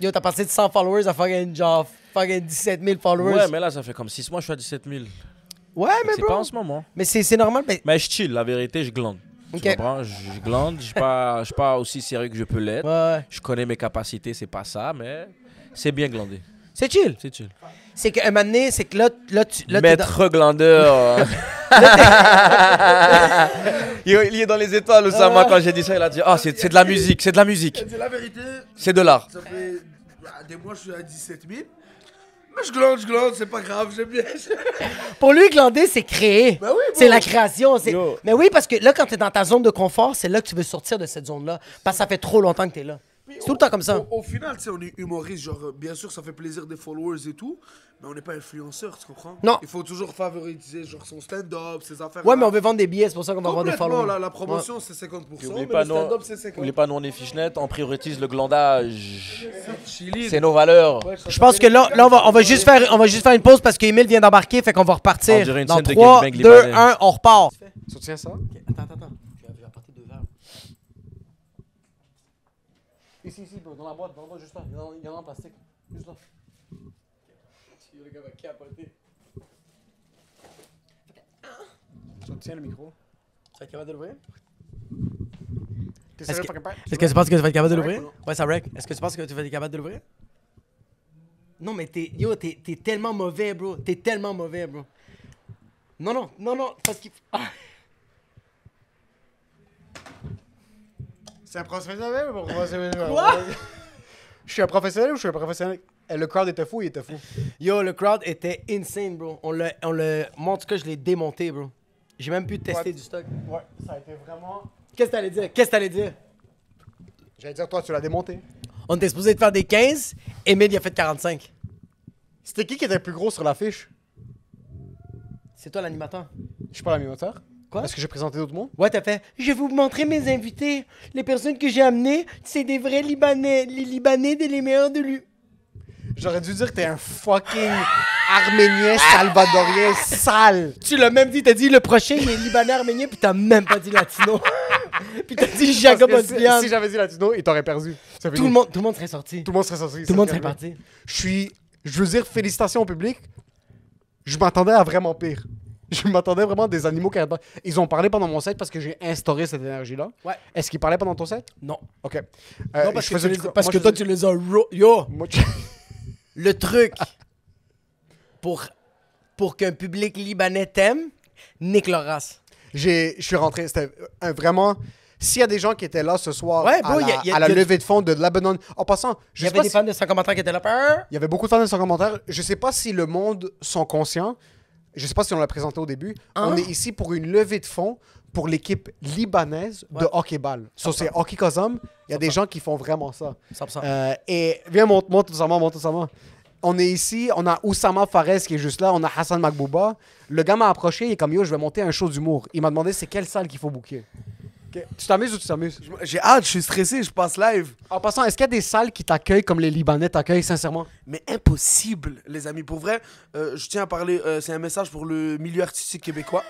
Speaker 2: Yo, t'as passé de 100 followers à fucking, genre, fucking 17 000 followers.
Speaker 6: Ouais, mais là, ça fait comme 6 mois, je suis à 17 000.
Speaker 2: Ouais, mais
Speaker 6: c'est
Speaker 2: bro.
Speaker 6: pas en ce moment.
Speaker 2: Mais c'est c'est normal, mais.
Speaker 6: Mais je chill, la vérité, je glande.
Speaker 2: Ok.
Speaker 6: Tu comprends? Je je glande, je suis pas, je suis pas aussi sérieux que je peux l'être.
Speaker 2: Ouais, ouais.
Speaker 6: Je connais mes capacités, c'est pas ça, mais c'est bien glandé.
Speaker 2: C'est chill.
Speaker 6: C'est chill.
Speaker 2: C'est qu'à un moment donné, c'est que là, là, tu. Là, t'es dans-
Speaker 6: Maître glandeur. il, il est dans les étoiles, Oussama, quand j'ai dit ça, il a dit Ah, c'est c'est de la musique, c'est de la musique,
Speaker 7: C'est la vérité,
Speaker 6: c'est de l'art.
Speaker 7: ça fait bah, des mois je suis à 17 000. Mais je glande, je glande, c'est pas grave, j'aime bien.
Speaker 2: Pour lui, glander, c'est créer.
Speaker 7: oui, bon.
Speaker 2: c'est la création. c'est-
Speaker 6: Yo.
Speaker 2: Mais oui, parce que là, quand t'es dans ta zone de confort, c'est là que tu veux sortir de cette zone-là. Parce que ça fait trop longtemps que t'es là. C'est tout le temps comme ça.
Speaker 7: Au, au final, tu sais, on est humoriste, genre, euh, bien sûr, ça fait plaisir des followers et tout, mais on n'est pas influenceur, tu comprends
Speaker 2: Non.
Speaker 7: Il faut toujours favoriser, genre, son stand-up, ses affaires.
Speaker 2: Ouais, mais on veut vendre des billets, c'est pour ça qu'on va vendre des
Speaker 7: Complètement,
Speaker 2: followers.
Speaker 7: la, la promotion, c'est 50%, mais
Speaker 6: N'oublie pas,
Speaker 7: le stand-up,
Speaker 6: non,
Speaker 7: c'est 50%.
Speaker 6: n'oublie pas, nous, on est fichnet, on priorise le glandage.
Speaker 7: Chili,
Speaker 6: C'est nos valeurs.
Speaker 2: Je pense que là, là on, va, on, va juste faire, on va juste faire une pause parce qu'Emile vient d'embarquer, fait qu'on va
Speaker 6: On
Speaker 2: repartir.
Speaker 6: dirait une
Speaker 2: Dans
Speaker 6: scène de
Speaker 2: 3,
Speaker 6: gangbang
Speaker 2: 2,
Speaker 6: libanais.
Speaker 2: 1, on repart.
Speaker 3: Tu tiens ça?
Speaker 2: Attends, attends, attends. Je vais apporter deux verres. Ici, ici, bro, dans la boîte, dans la boîte, juste là. Il y en a- il y en a en plastique. Juste là. Le gars va capoter.
Speaker 3: Tu tiens le micro?
Speaker 2: Ça va être capable de l'ouvrir?
Speaker 3: T'es
Speaker 2: Est-ce
Speaker 3: sérieux,
Speaker 2: que-
Speaker 3: fucking pas?
Speaker 2: Est-ce que tu penses que tu vas être capable de
Speaker 3: Ça rec
Speaker 2: l'ouvrir? Ouais, ça wreck. Est-ce que tu penses que tu vas être capable de l'ouvrir? Non, mais t'es, yo, t'es, t'es tellement mauvais, bro. T'es tellement mauvais, bro. Non, non, non, non, parce qu'il. Ah.
Speaker 3: C'est un professionnel ou pas un professionnel?
Speaker 2: Quoi?
Speaker 3: Je suis un professionnel ou je suis un professionnel? Eh, Le crowd était fou, il était fou.
Speaker 2: Yo, le crowd était insane, bro. On l'a, on l'a. Moi, en tout cas, je l'ai démonté, bro. J'ai même pu tester du stock.
Speaker 3: Ouais, ça a été vraiment.
Speaker 2: Qu'est-ce que t'allais dire? Qu'est-ce que t'allais dire?
Speaker 3: J'allais dire, toi, tu l'as démonté.
Speaker 2: On était supposé de faire des 15, Emile, il a fait 45.
Speaker 3: C'était qui qui était le plus gros sur l'affiche?
Speaker 2: C'est toi l'animateur?
Speaker 3: Je suis pas l'animateur.
Speaker 2: Quoi?
Speaker 3: Est-ce que j'ai présenté d'autres mots?
Speaker 2: Ouais, t'as fait. Je vais vous montrer mes invités. Les personnes que j'ai amenées, c'est des vrais Libanais. Les Libanais des les meilleurs de lui.
Speaker 3: J'aurais dû dire que t'es un fucking arménien salvadorien sale.
Speaker 2: Tu l'as même dit, t'as dit le prochain, il est Libanais arménien, puis t'as même pas dit latino. puis t'as dit Jacob
Speaker 3: Parce que si,
Speaker 2: Odian.
Speaker 3: si j'avais dit latino, il t'aurait perdu. Ça fait
Speaker 2: Tout le,
Speaker 3: nous-
Speaker 2: monde, tout le monde serait sorti.
Speaker 3: tout
Speaker 2: Tout,
Speaker 3: le monde serait sorti.
Speaker 2: le monde serait parti.
Speaker 3: Je suis. Je veux dire, félicitations au public. Je m'attendais à vraiment pire. Je m'attendais vraiment à des animaux qui Ils ont parlé pendant mon set parce que j'ai instauré cette énergie-là.
Speaker 2: Ouais.
Speaker 3: Est-ce qu'ils parlaient pendant ton set
Speaker 2: Non.
Speaker 3: Ok. Euh,
Speaker 2: non, parce,
Speaker 3: je
Speaker 2: que,
Speaker 3: faisais
Speaker 2: tu
Speaker 3: du-
Speaker 2: les- parce
Speaker 3: moi,
Speaker 2: que
Speaker 3: je
Speaker 2: toi,
Speaker 3: faisais-
Speaker 2: tu les as... ro- Yo!
Speaker 3: moi, tu-
Speaker 2: Le truc pour, pour qu'un public libanais t'aime, nique leur race.
Speaker 3: J'ai, je suis rentré. C'était un- vraiment. S'il y a des gens qui étaient là ce soir
Speaker 2: Ouais,
Speaker 3: à,
Speaker 2: bro,
Speaker 3: la,
Speaker 2: y a- y a-
Speaker 3: à la
Speaker 2: y a-
Speaker 3: levée de fond de Lebanon, en passant,
Speaker 2: Il y
Speaker 3: je sais
Speaker 2: avait
Speaker 3: pas
Speaker 2: des
Speaker 3: si-
Speaker 2: fans de 100 commentaires qui étaient là. Peur.
Speaker 3: il y avait beaucoup de fans de son commentaire. Je sais pas si le monde sont conscients. Je sais pas si on l'a présenté au début.
Speaker 2: Hein?
Speaker 3: On est ici pour une levée de fonds pour l'équipe libanaise de
Speaker 2: Ouais.
Speaker 3: hockey-ball. So, c'est Hockey Cosum. Il y a des gens qui font vraiment ça.
Speaker 2: 100%.
Speaker 3: Euh, et viens, monte, monte Oussama, monte Oussama. On est ici, on a Oussama Fares qui est juste là, on a Hassan Makbouba. Le gars m'a approché, il est comme yo, je vais monter un show d'humour. Il m'a demandé c'est quelle salle qu'il faut booker. Ok. Tu t'amuses ou tu t'amuses
Speaker 7: J'ai hâte, je suis stressé, je passe live.
Speaker 3: En passant, est-ce qu'il y a des salles qui t'accueillent comme les Libanais t'accueillent sincèrement
Speaker 7: Mais impossible, les amis. Pour vrai, euh, je tiens à parler, euh, c'est un message pour le milieu artistique québécois.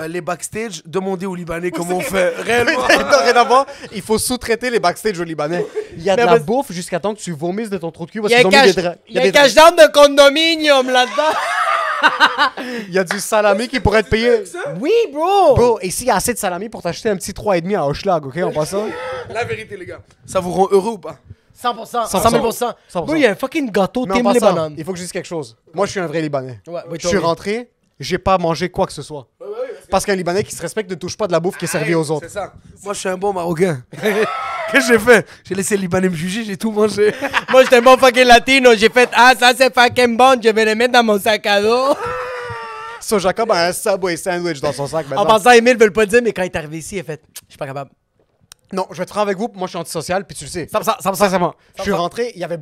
Speaker 7: Euh, les backstage, demandez aux Libanais comment on fait réellement.
Speaker 3: Dorénavant, il faut sous-traiter les backstage aux Libanais. Il y a de
Speaker 2: Mais
Speaker 3: la
Speaker 2: parce-
Speaker 3: bouffe jusqu'à temps que tu vomisses de ton trou de cul
Speaker 2: Il
Speaker 3: parce
Speaker 2: y a
Speaker 3: qu'ils
Speaker 2: un
Speaker 3: ont mis
Speaker 2: cache-
Speaker 3: des dra-
Speaker 2: il y a un
Speaker 3: des dra-
Speaker 2: cache-d'arme de condominium là-dedans.
Speaker 3: Il y a du salami qui pourrait être payé.
Speaker 2: Oui, bro.
Speaker 3: Bro, et s'il y a assez de salami pour t'acheter un petit 3,5 à Hochlag, ok, en passant
Speaker 7: La vérité, les gars. Ça vous rend heureux ou pas
Speaker 2: 100%. 100 000
Speaker 3: 100%.
Speaker 2: Bro, il y a un fucking gâteau
Speaker 3: Mais en
Speaker 2: Tim les
Speaker 3: passant,
Speaker 2: bananes.
Speaker 3: Il faut que je dise quelque chose. Moi, je suis un vrai Libanais.
Speaker 2: Ouais, ouais,
Speaker 3: je suis
Speaker 2: toi, oui.
Speaker 3: rentré, j'ai pas mangé quoi que ce soit. Parce qu'un Libanais qui se respecte ne touche pas de la bouffe qui
Speaker 2: Ah
Speaker 3: est servie aux autres.
Speaker 7: C'est ça. Moi, je suis un bon Marocain. Qu'est-ce que j'ai fait J'ai laissé les Libanais me juger, j'ai tout mangé.
Speaker 2: Moi, j'étais un bon fucking latino. J'ai fait Ah, ça c'est fucking bon. Je vais le mettre dans mon sac à dos.
Speaker 3: So, Jacob a un Subway sandwich dans son sac
Speaker 2: En
Speaker 3: maintenant.
Speaker 2: passant, Emile veut le pas dire, mais quand il est arrivé ici, il a fait Je suis pas capable.
Speaker 3: Non, je vais te prendre avec vous, moi je suis antisocial, puis tu le sais.
Speaker 2: 100%. 100%.
Speaker 3: Sincèrement, je suis rentré, il y avait,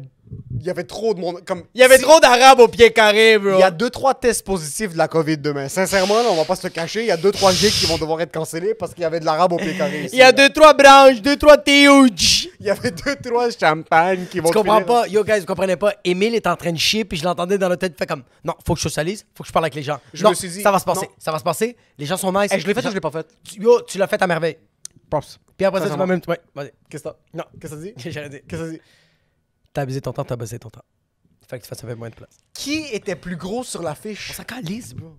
Speaker 3: il y avait trop de monde. Comme,
Speaker 2: Il y avait
Speaker 3: si-
Speaker 2: trop d'arabes au pied carré, bro.
Speaker 3: Il y a deux, trois tests positifs de la COVID demain. Sincèrement, là, on va pas se le cacher, il y a deux, trois gigs qui vont devoir être cancellés parce qu'il y avait de l'arabe au pied carré. ici,
Speaker 2: Il y a
Speaker 3: là.
Speaker 2: deux, trois branches, deux, trois huge.
Speaker 3: Il y avait deux, trois champagnes qui vont
Speaker 2: Tu comprends
Speaker 3: finir-
Speaker 2: pas, yo guys, vous comprenez pas. Emile est en train de chier, puis je l'entendais dans le tête, fait comme non, faut que je socialise, faut que je parle avec les gens.
Speaker 3: Je
Speaker 2: non,
Speaker 3: me suis dit,
Speaker 2: ça va se passer,
Speaker 3: non.
Speaker 2: ça va se passer. Les gens sont nice.
Speaker 3: Eh, je l'ai fait
Speaker 2: Les
Speaker 3: ou je l'ai
Speaker 2: gens-
Speaker 3: pas fait?
Speaker 2: tu- Yo, tu l'as fait à merveille.
Speaker 3: Props.
Speaker 2: Puis après ça, tu
Speaker 3: Sincèrement.
Speaker 2: m'as même. Ouais, vas-y.
Speaker 3: Qu'est-ce que t'as?
Speaker 2: Non.
Speaker 3: Qu'est-ce que t'as dit?
Speaker 2: J'ai rien dit.
Speaker 3: Qu'est-ce que t'as dit?
Speaker 2: T'as abusé ton temps, t'as abusé ton temps. Fait que tu fasses avec moins de place.
Speaker 3: Qui était plus gros sur l'affiche?
Speaker 2: Ça calise, bro.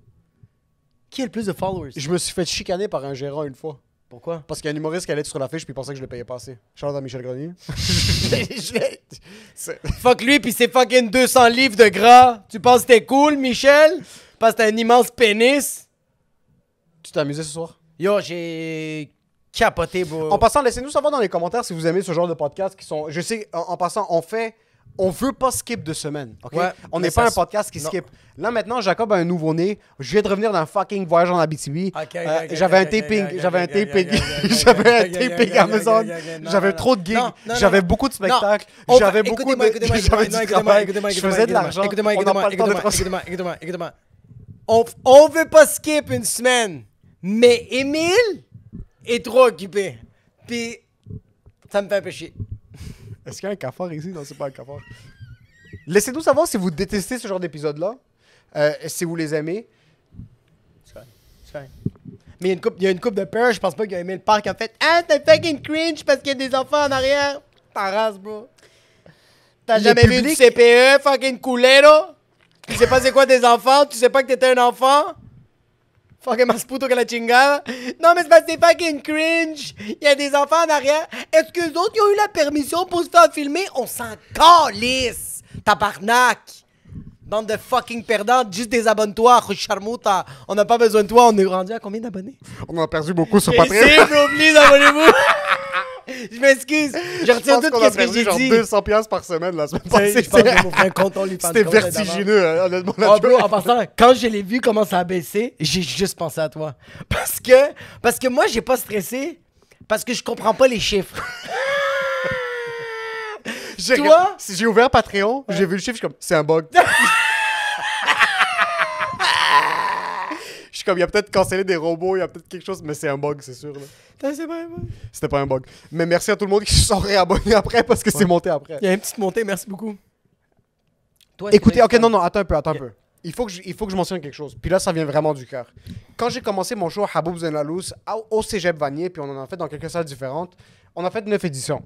Speaker 2: Qui a le plus de followers
Speaker 3: Je me suis fait chicaner par un gérant une fois.
Speaker 2: Pourquoi
Speaker 3: Parce qu'il y a un humoriste qui allait être sur l'affiche puis il pensait que je le payais pas assez. Charles à Michel Grenier.
Speaker 2: Fuck lui, puis c'est fucking 200 livres de gras. Tu penses que t'es cool, Michel Parce que t'as un immense pénis.
Speaker 3: tu t'es amusé ce soir?
Speaker 2: Yo, j'ai capoté, bro.
Speaker 3: En passant, laissez-nous savoir dans les commentaires si vous aimez ce genre de podcast qui sont. Je sais, en, en passant, on fait. On veut pas skip de semaine, ok?
Speaker 2: Ouais,
Speaker 3: on
Speaker 2: mais
Speaker 3: n'est pas
Speaker 2: ça
Speaker 3: un
Speaker 2: se-
Speaker 3: podcast qui
Speaker 2: non.
Speaker 3: skip. Là maintenant, Jacob a un nouveau-né. Je viens de revenir d'un fucking voyage en Abitibi.
Speaker 2: Ok, ok,
Speaker 3: Euh,
Speaker 2: ok,
Speaker 3: j'avais un
Speaker 2: ok, ok,
Speaker 3: taping,
Speaker 2: ok,
Speaker 3: j'avais un
Speaker 2: ok, ok, ok, ok,
Speaker 3: taping,
Speaker 2: ok,
Speaker 3: j'avais un
Speaker 2: ok, ok, ok,
Speaker 3: taping
Speaker 2: ok,
Speaker 3: Amazon.
Speaker 2: ok, ok, non,
Speaker 3: J'avais
Speaker 2: non,
Speaker 3: trop de gigs,
Speaker 2: non, non, non,
Speaker 3: j'avais
Speaker 2: non.
Speaker 3: beaucoup de spectacles,
Speaker 2: Non, on
Speaker 3: j'avais
Speaker 2: va-
Speaker 3: beaucoup
Speaker 2: écoutez-moi,
Speaker 3: de,
Speaker 2: écoutez-moi,
Speaker 3: j'avais du
Speaker 2: écoutez-moi,
Speaker 3: travail,
Speaker 2: écoutez-moi,
Speaker 3: je
Speaker 2: écoutez-moi,
Speaker 3: faisais de
Speaker 2: écoutez-moi, Écoutez-moi,
Speaker 3: l'argent. On n'a
Speaker 2: écoutez-moi,
Speaker 3: pas le temps de
Speaker 2: écoutez-moi,
Speaker 3: transiger.
Speaker 2: écoutez-moi, écoutez-moi, écoutez-moi. On, f- on veut pas skip une semaine, mais Émile est trop occupé. Puis, ça me fait un peu chier.
Speaker 3: Est-ce qu'il y a un cafard ici? Non, c'est pas un cafard. Laissez-nous savoir si vous détestez ce genre d'épisode-là, euh, si vous les aimez.
Speaker 2: Mais il y a une coupe, il y a une coupe de peur, je pense pas qu'il y a Émile Park qui a fait Ah, c'est fucking cringe parce qu'il y a des enfants en arrière. Ta race, bro. T'as
Speaker 3: Les
Speaker 2: jamais vu du
Speaker 3: publics-
Speaker 2: CPE, E fucking coulero? Tu sais pas c'est quoi des enfants? Tu sais pas que t'étais un enfant? Fucking más puto que la chingada. Non, mais c'est parce que c'est fucking cringe. Il y a des enfants en arrière. Est-ce que les autres, ils ont eu la permission pour se faire filmer? On s'en calisse, tabarnak. Bande de fucking perdants, juste désabonne-toi, Charmouta. On n'a pas besoin de toi, on est rendu à combien d'abonnés?
Speaker 3: On en a perdu beaucoup sur
Speaker 2: Patreon.
Speaker 3: Patreon.
Speaker 2: please, abonnez-vous. Je m'excuse. Je
Speaker 3: Je
Speaker 2: retire
Speaker 3: pense
Speaker 2: tout
Speaker 3: qu'on a
Speaker 2: ce que
Speaker 3: perdu
Speaker 2: j'ai
Speaker 3: genre
Speaker 2: dit.
Speaker 3: 200 piastres par semaine la semaine
Speaker 2: Putain,
Speaker 3: passée.
Speaker 2: je pense que je vais
Speaker 3: C'était-
Speaker 2: m'ouvrir un compte OnlyFans,
Speaker 3: C'était
Speaker 2: compte d'abord.
Speaker 3: vertigineux, hein, honnêtement. la
Speaker 2: Oh, bro,
Speaker 3: durée.
Speaker 2: en passant, quand je l'ai vu comment ça a baissé, j'ai juste pensé à toi. Parce que, parce que moi, j'ai pas stressé parce que je comprends pas les chiffres.
Speaker 3: J'ai-
Speaker 2: toi?
Speaker 3: si j'ai ouvert Patreon, j'ai vu le chiffre, je suis comme, c'est un bug. Je suis comme, il y a peut-être cancellé des robots, il y a peut-être quelque chose, mais c'est un bug, c'est sûr. là.
Speaker 2: Putain, c'est pas vrai.
Speaker 3: C'était pas un bug. Mais merci à tout le monde qui se sont réabonnés après parce que c'est monté après.
Speaker 2: Il y a une petite montée, merci beaucoup. Toi, est-ce que
Speaker 3: Écoutez,
Speaker 2: t'as-
Speaker 3: ok, non, non, attends un peu, attends un peu. Il faut, que je, il faut que je mentionne quelque chose. Puis là, ça vient vraiment du cœur. Quand j'ai commencé mon show Haboub Zenalous au Cégep Vanier, puis on en a fait dans quelques salles différentes, on a fait neuf éditions.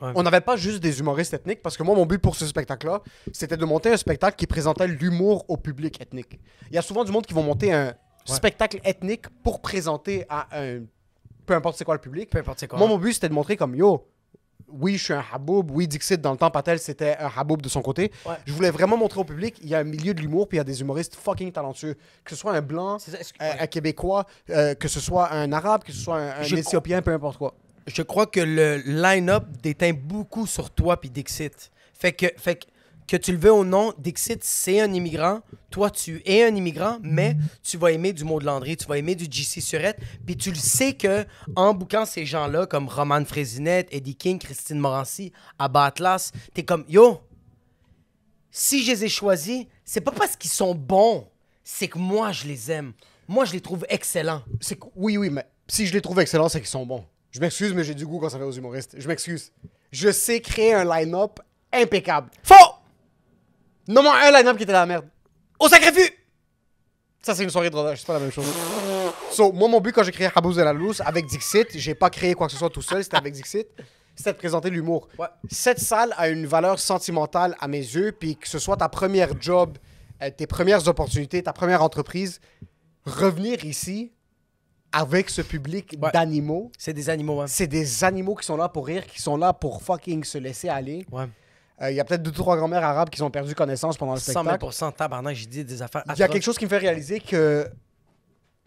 Speaker 2: Ouais.
Speaker 3: On n'avait pas juste des humoristes ethniques, parce que moi, mon but pour ce spectacle-là, c'était de monter un spectacle qui présentait l'humour au public ethnique. Il y a souvent du monde qui vont monter un spectacle ethnique pour présenter à un... Peu importe c'est quoi le public.
Speaker 2: Peu importe c'est quoi.
Speaker 3: Moi, mon but, c'était de montrer comme, yo, oui, je suis un haboub. Oui, Dixit, dans le temps, Patel, c'était un haboub de son côté.
Speaker 2: Ouais.
Speaker 3: Je voulais vraiment montrer au public, il y a un milieu de l'humour, puis il y a des humoristes fucking talentueux. Que ce soit un blanc, euh,
Speaker 2: C'est ça, est-ce que-
Speaker 3: un, un québécois, euh, que ce soit un arabe, que ce soit un, un
Speaker 2: Je-
Speaker 3: éthiopien, peu importe quoi.
Speaker 2: je crois que le line-up déteint beaucoup sur toi puis Dixit. Fait que, fait que, que tu le veux ou non, Dixit, c'est un immigrant. Toi, tu es un immigrant, mais tu vas aimer du de Landry, tu vas aimer du JC Surette. Puis tu le sais que en bouquant ces gens-là, comme Roman Frésinette, Eddie King, Christine Morancy, Abba Atlas, t'es comme, yo, si je les ai choisis, c'est pas parce qu'ils sont bons, c'est que moi, je les aime. Moi, je les trouve excellents.
Speaker 3: C'est que- Oui, oui, mais si je les trouve excellents, c'est qu'ils sont bons. Je m'excuse, mais j'ai du goût quand ça va aux humoristes. Je m'excuse. Je sais créer un line-up impeccable.
Speaker 2: Faux!
Speaker 3: Nommons un line-up qui était la merde.
Speaker 2: Au sacrifice!
Speaker 3: Ça, c'est une soirée de rodage, c'est pas la même chose. So, moi, mon but quand j'ai créé Habouz de la Loose avec Dixit, j'ai pas créé quoi que ce soit tout seul, c'était avec Dixit, c'était de présenter de l'humour.
Speaker 2: Ouais.
Speaker 3: Cette salle a une valeur sentimentale à mes yeux, puis que ce soit ta première job, euh, tes premières opportunités, ta première entreprise, revenir ici avec ce public
Speaker 2: Ouais.
Speaker 3: d'animaux,
Speaker 2: C'est des animaux, hein.
Speaker 3: c'est des animaux qui sont là pour rire, qui sont là pour fucking se laisser aller.
Speaker 2: Ouais.
Speaker 3: Euh, Il y a peut-être deux, trois grand-mères arabes qui ont perdu connaissance pendant le spectacle.
Speaker 2: 100 000 tabarnak, j'ai dit des affaires.
Speaker 3: Il y a quelque chose qui me fait réaliser que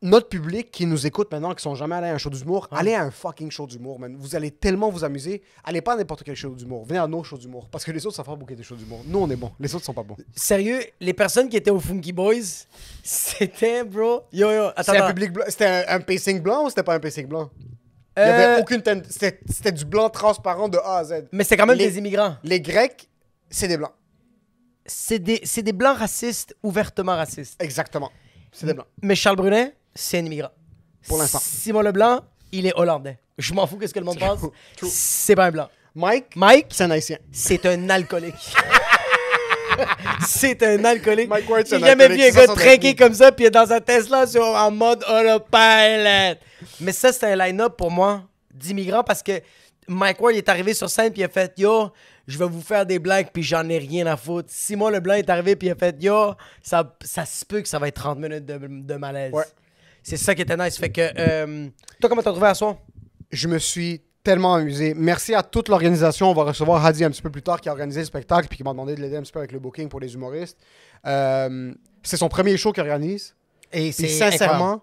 Speaker 3: notre public qui nous écoute maintenant, qui sont jamais allés à un show d'humour, allez à un fucking show d'humour, man. Vous allez tellement vous amuser. Allez pas à n'importe quel show d'humour. Venez à nos shows d'humour. Parce que les autres savent pas bouquer des shows d'humour. Nous, on est bons. Les autres sont pas bons.
Speaker 2: Sérieux, les personnes qui étaient au Funky Boys, c'était, bro. Yo, yo, attends.
Speaker 3: C'était un
Speaker 2: attends.
Speaker 3: public blanc- C'était un, un pacing blanc ou c'était pas un pacing blanc? Il y avait
Speaker 2: Euh,
Speaker 3: aucune teinte- C'était c'était du blanc transparent de A à Z.
Speaker 2: Mais c'est quand même
Speaker 3: Les-
Speaker 2: des immigrants.
Speaker 3: Les Grecs, c'est des blancs.
Speaker 2: C'est des, c'est des blancs racistes, ouvertement racistes.
Speaker 3: Exactement. C'est des blancs.
Speaker 2: Mais Charles Brunet, c'est un immigrant.
Speaker 3: Pour l'instant.
Speaker 2: Simon Leblanc, il est hollandais. Je m'en fous qu'est-ce que le monde pense.
Speaker 3: True.
Speaker 2: C'est pas un blanc.
Speaker 3: Mike,
Speaker 2: Mike,
Speaker 3: c'est un haïtien.
Speaker 2: c'est un alcoolique. c'est un alcoolique.
Speaker 3: Mike Ward, c'est
Speaker 2: J'ai
Speaker 3: un
Speaker 2: jamais
Speaker 3: alcoolique,
Speaker 2: vu un
Speaker 3: ça,
Speaker 2: gars
Speaker 3: ça, ça,
Speaker 2: trinquer
Speaker 3: ça.
Speaker 2: comme ça puis être dans un Tesla sur, en mode autopilot. Mais ça, c'est un line-up pour moi d'immigrants parce que Mike Ward il est arrivé sur scène puis il a fait Yo, je vais vous faire des blagues puis j'en ai rien à foutre. Simon Leblanc est arrivé puis il a fait Yo, ça, ça se peut que ça va être 30 minutes de, de malaise.
Speaker 3: Ouais.
Speaker 2: C'est ça qui était nice. Fait que, euh, toi, comment t'as trouvé à soi?
Speaker 3: Je me suis tellement amusé. Merci à toute l'organisation. On va recevoir Hadi un petit peu plus tard qui a organisé le spectacle puis qui m'a demandé de l'aider un petit peu avec le booking pour les humoristes. Euh, c'est son premier show qu'il organise.
Speaker 2: Et
Speaker 3: Puis sincèrement,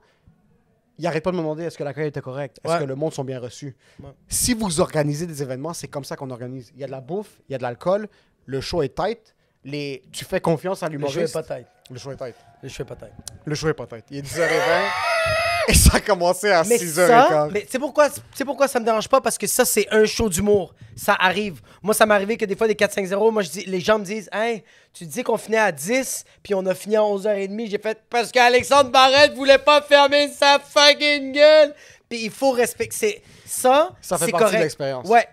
Speaker 3: il arrête pas de me demander est-ce que l'accueil était correct, est-ce
Speaker 2: Ouais.
Speaker 3: que le monde sont bien reçus.
Speaker 2: Ouais.
Speaker 3: Si vous organisez des événements, c'est comme ça qu'on organise. Il y a de la bouffe, il y a de l'alcool, le show est tight. Les... Tu fais confiance à
Speaker 2: je fais
Speaker 3: l'humoriste.
Speaker 2: pas tête.
Speaker 3: Le show est tight.
Speaker 2: Je fais pas tête.
Speaker 3: Le show est pas tight. Il est 10h20 et ça a commencé à
Speaker 2: Mais
Speaker 3: 6h15.
Speaker 2: ça, mais c'est pourquoi, c'est pourquoi ça me dérange pas parce que ça c'est un show d'humour. Ça arrive. Moi ça m'est arrivé que des fois des 4-5-0, moi je dis, les gens me disent, hey, tu dis qu'on finit à 10 puis on a fini à 11h30. J'ai fait parce qu'Alexandre Barrette voulait pas fermer sa fucking gueule. Puis il faut respecter c'est- ça.
Speaker 3: Ça fait
Speaker 2: c'est
Speaker 3: partie de
Speaker 2: correct.
Speaker 3: l'expérience.
Speaker 2: Ouais.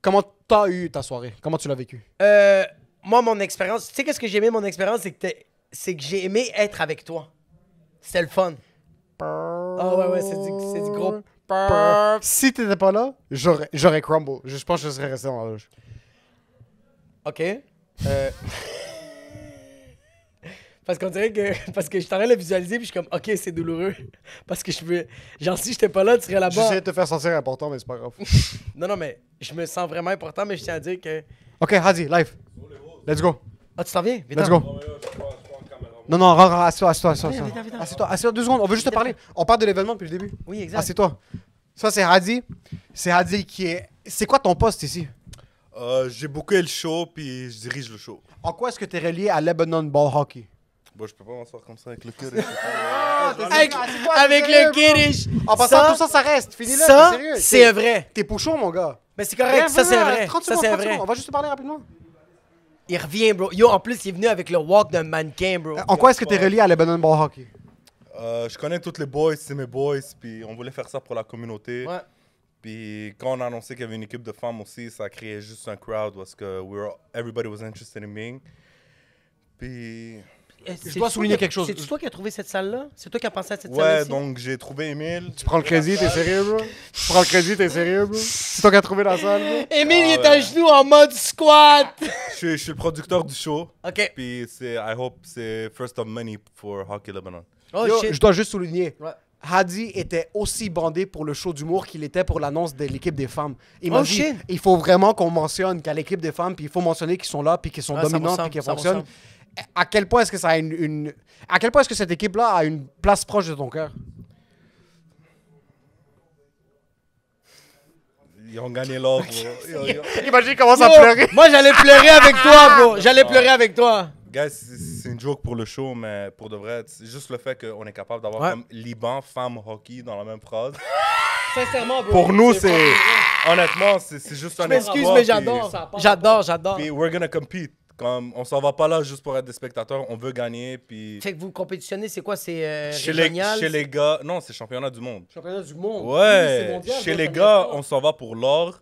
Speaker 3: Comment t'as eu ta soirée? Comment tu l'as vécu?
Speaker 2: Euh, moi mon expérience, tu sais qu'est-ce que j'ai aimé mon expérience, c'est que t'es- c'est que j'ai aimé être avec toi. C'était le fun. Ah ouais ouais, c'est du, c'est du gros.
Speaker 3: Si t'étais pas là, j'aurais, j'aurais crumble. Je pense que je serais resté dans la
Speaker 2: Ah
Speaker 3: loge.
Speaker 2: OK. Euh, parce qu'on dirait que. Parce que je t'arrête de le visualiser, puis je suis comme, OK, c'est douloureux. Parce que je veux. Genre, si j'étais pas là, tu serais
Speaker 3: J'essayais
Speaker 2: là-bas.
Speaker 3: de te faire sentir important, mais c'est pas grave.
Speaker 2: Non, non, mais je me sens vraiment important, mais je tiens à dire que.
Speaker 3: ok, Hadi, live. Let's go.
Speaker 2: Ah, tu t'en viens? Viens-t'en.
Speaker 3: Let's go. Non, non, rentre, assieds-toi, assieds-toi, assieds-toi.
Speaker 2: viens, viens.
Speaker 3: Assieds-toi, assieds-toi deux secondes, on veut juste te parler. On parle de l'événement depuis le début.
Speaker 2: Oui, exact.
Speaker 3: Assieds-toi. Ah, Ça, c'est Hadi. C'est Hadi qui est. C'est quoi ton poste ici?
Speaker 8: Euh, J'ai booké le show, puis je dirige le show.
Speaker 3: En quoi est-ce que t'es relié à Lebanon Ball Hockey? Ah,
Speaker 8: Bon, je peux pas m'asseoir comme ça avec le cœur.
Speaker 2: Avec, avec le Kiddish.
Speaker 3: En passant, tout ça, ça reste. Finis-le,
Speaker 2: ça,
Speaker 3: t'es sérieux.
Speaker 2: c'est
Speaker 3: T'es-
Speaker 2: vrai.
Speaker 3: T'es pouchon, mon gars.
Speaker 2: Mais c'est correct, ça, c'est vrai.
Speaker 3: 30
Speaker 2: Ça,
Speaker 3: secondes,
Speaker 2: c'est
Speaker 3: 30
Speaker 2: vrai.
Speaker 3: secondes. On va juste te parler rapidement.
Speaker 2: Il revient, bro. Yo, en plus, il est venu avec le walk d'un mannequin, bro.
Speaker 3: Euh, En quoi est-ce que t'es relié à Lebanon Ball Hockey?
Speaker 8: Euh, je connais tous les boys, c'est mes boys, puis on voulait faire ça pour la communauté.
Speaker 2: Ouais.
Speaker 8: Puis quand on a annoncé qu'il y avait une équipe de femmes aussi, ça créait juste un crowd parce que we were- everybody was interested in me. Puis
Speaker 2: c'est
Speaker 3: dois
Speaker 2: toi
Speaker 3: souligner
Speaker 2: qui-
Speaker 3: quelque chose.
Speaker 2: C'est toi qui as trouvé cette salle-là? C'est toi qui as pensé à cette salle-là?
Speaker 8: Ouais,
Speaker 2: ici?
Speaker 8: donc j'ai trouvé Emile.
Speaker 3: Tu prends le crédit, t'es sérieux, bro? Tu prends le crédit, t'es sérieux, bro? C'est toi qui as trouvé la salle, bro?
Speaker 2: Émile, il
Speaker 3: Ah,
Speaker 2: est à genoux en mode squat!
Speaker 8: Je suis, je suis le producteur du show.
Speaker 3: Ah.
Speaker 2: OK.
Speaker 8: Puis c'est, I hope, c'est first of many for Hockey Lebanon.
Speaker 2: Oh,
Speaker 3: Yo,
Speaker 2: shit.
Speaker 3: je dois juste souligner.
Speaker 2: Ouais.
Speaker 3: Hadi était aussi bandé pour le show d'humour qu'il était pour l'annonce de l'équipe des femmes. Il m'a
Speaker 2: Oh,
Speaker 3: dit,
Speaker 2: shit.
Speaker 3: il faut vraiment qu'on mentionne qu'à l'équipe des femmes, puis il faut mentionner qu'ils sont là, puis qu'ils sont
Speaker 2: Ouais, ça
Speaker 3: dominants,
Speaker 2: ressemble,
Speaker 3: puis qu'ils
Speaker 2: ça
Speaker 3: fonctionnent.
Speaker 2: ressemble.
Speaker 3: À quel point est-ce que ça a une, une- à quel point est-ce que cette équipe-là a une place proche de ton cœur
Speaker 8: Ils ont gagné l'or, bro. Yo, yo.
Speaker 3: Imagine comment
Speaker 2: Yo, Moi, j'allais pleurer avec toi, bro. J'allais pleurer avec toi.
Speaker 8: Guys, c'est c'est une joke pour le show, mais pour de vrai, c'est juste le fait qu'on est capable d'avoir
Speaker 2: Ouais.
Speaker 8: comme Liban, femme, hockey dans la même phrase.
Speaker 2: Sincèrement, bro.
Speaker 8: Pour nous, c'est. Honnêtement, c'est c'est juste un
Speaker 2: Excuse,
Speaker 8: espoir,
Speaker 2: mais
Speaker 8: puis-
Speaker 2: j'adore. J'adore, j'adore.
Speaker 8: Puis we're gonna compete. Comme, on s'en va pas là juste pour être des spectateurs, on veut gagner. Puis
Speaker 2: Fait que vous compétitionnez, c'est quoi? C'est euh,
Speaker 8: chez les,
Speaker 2: régional?
Speaker 8: chez les gars, non, c'est championnat du monde.
Speaker 3: Championnat du monde.
Speaker 8: Ouais, chez les gars, on s'en va pour l'or.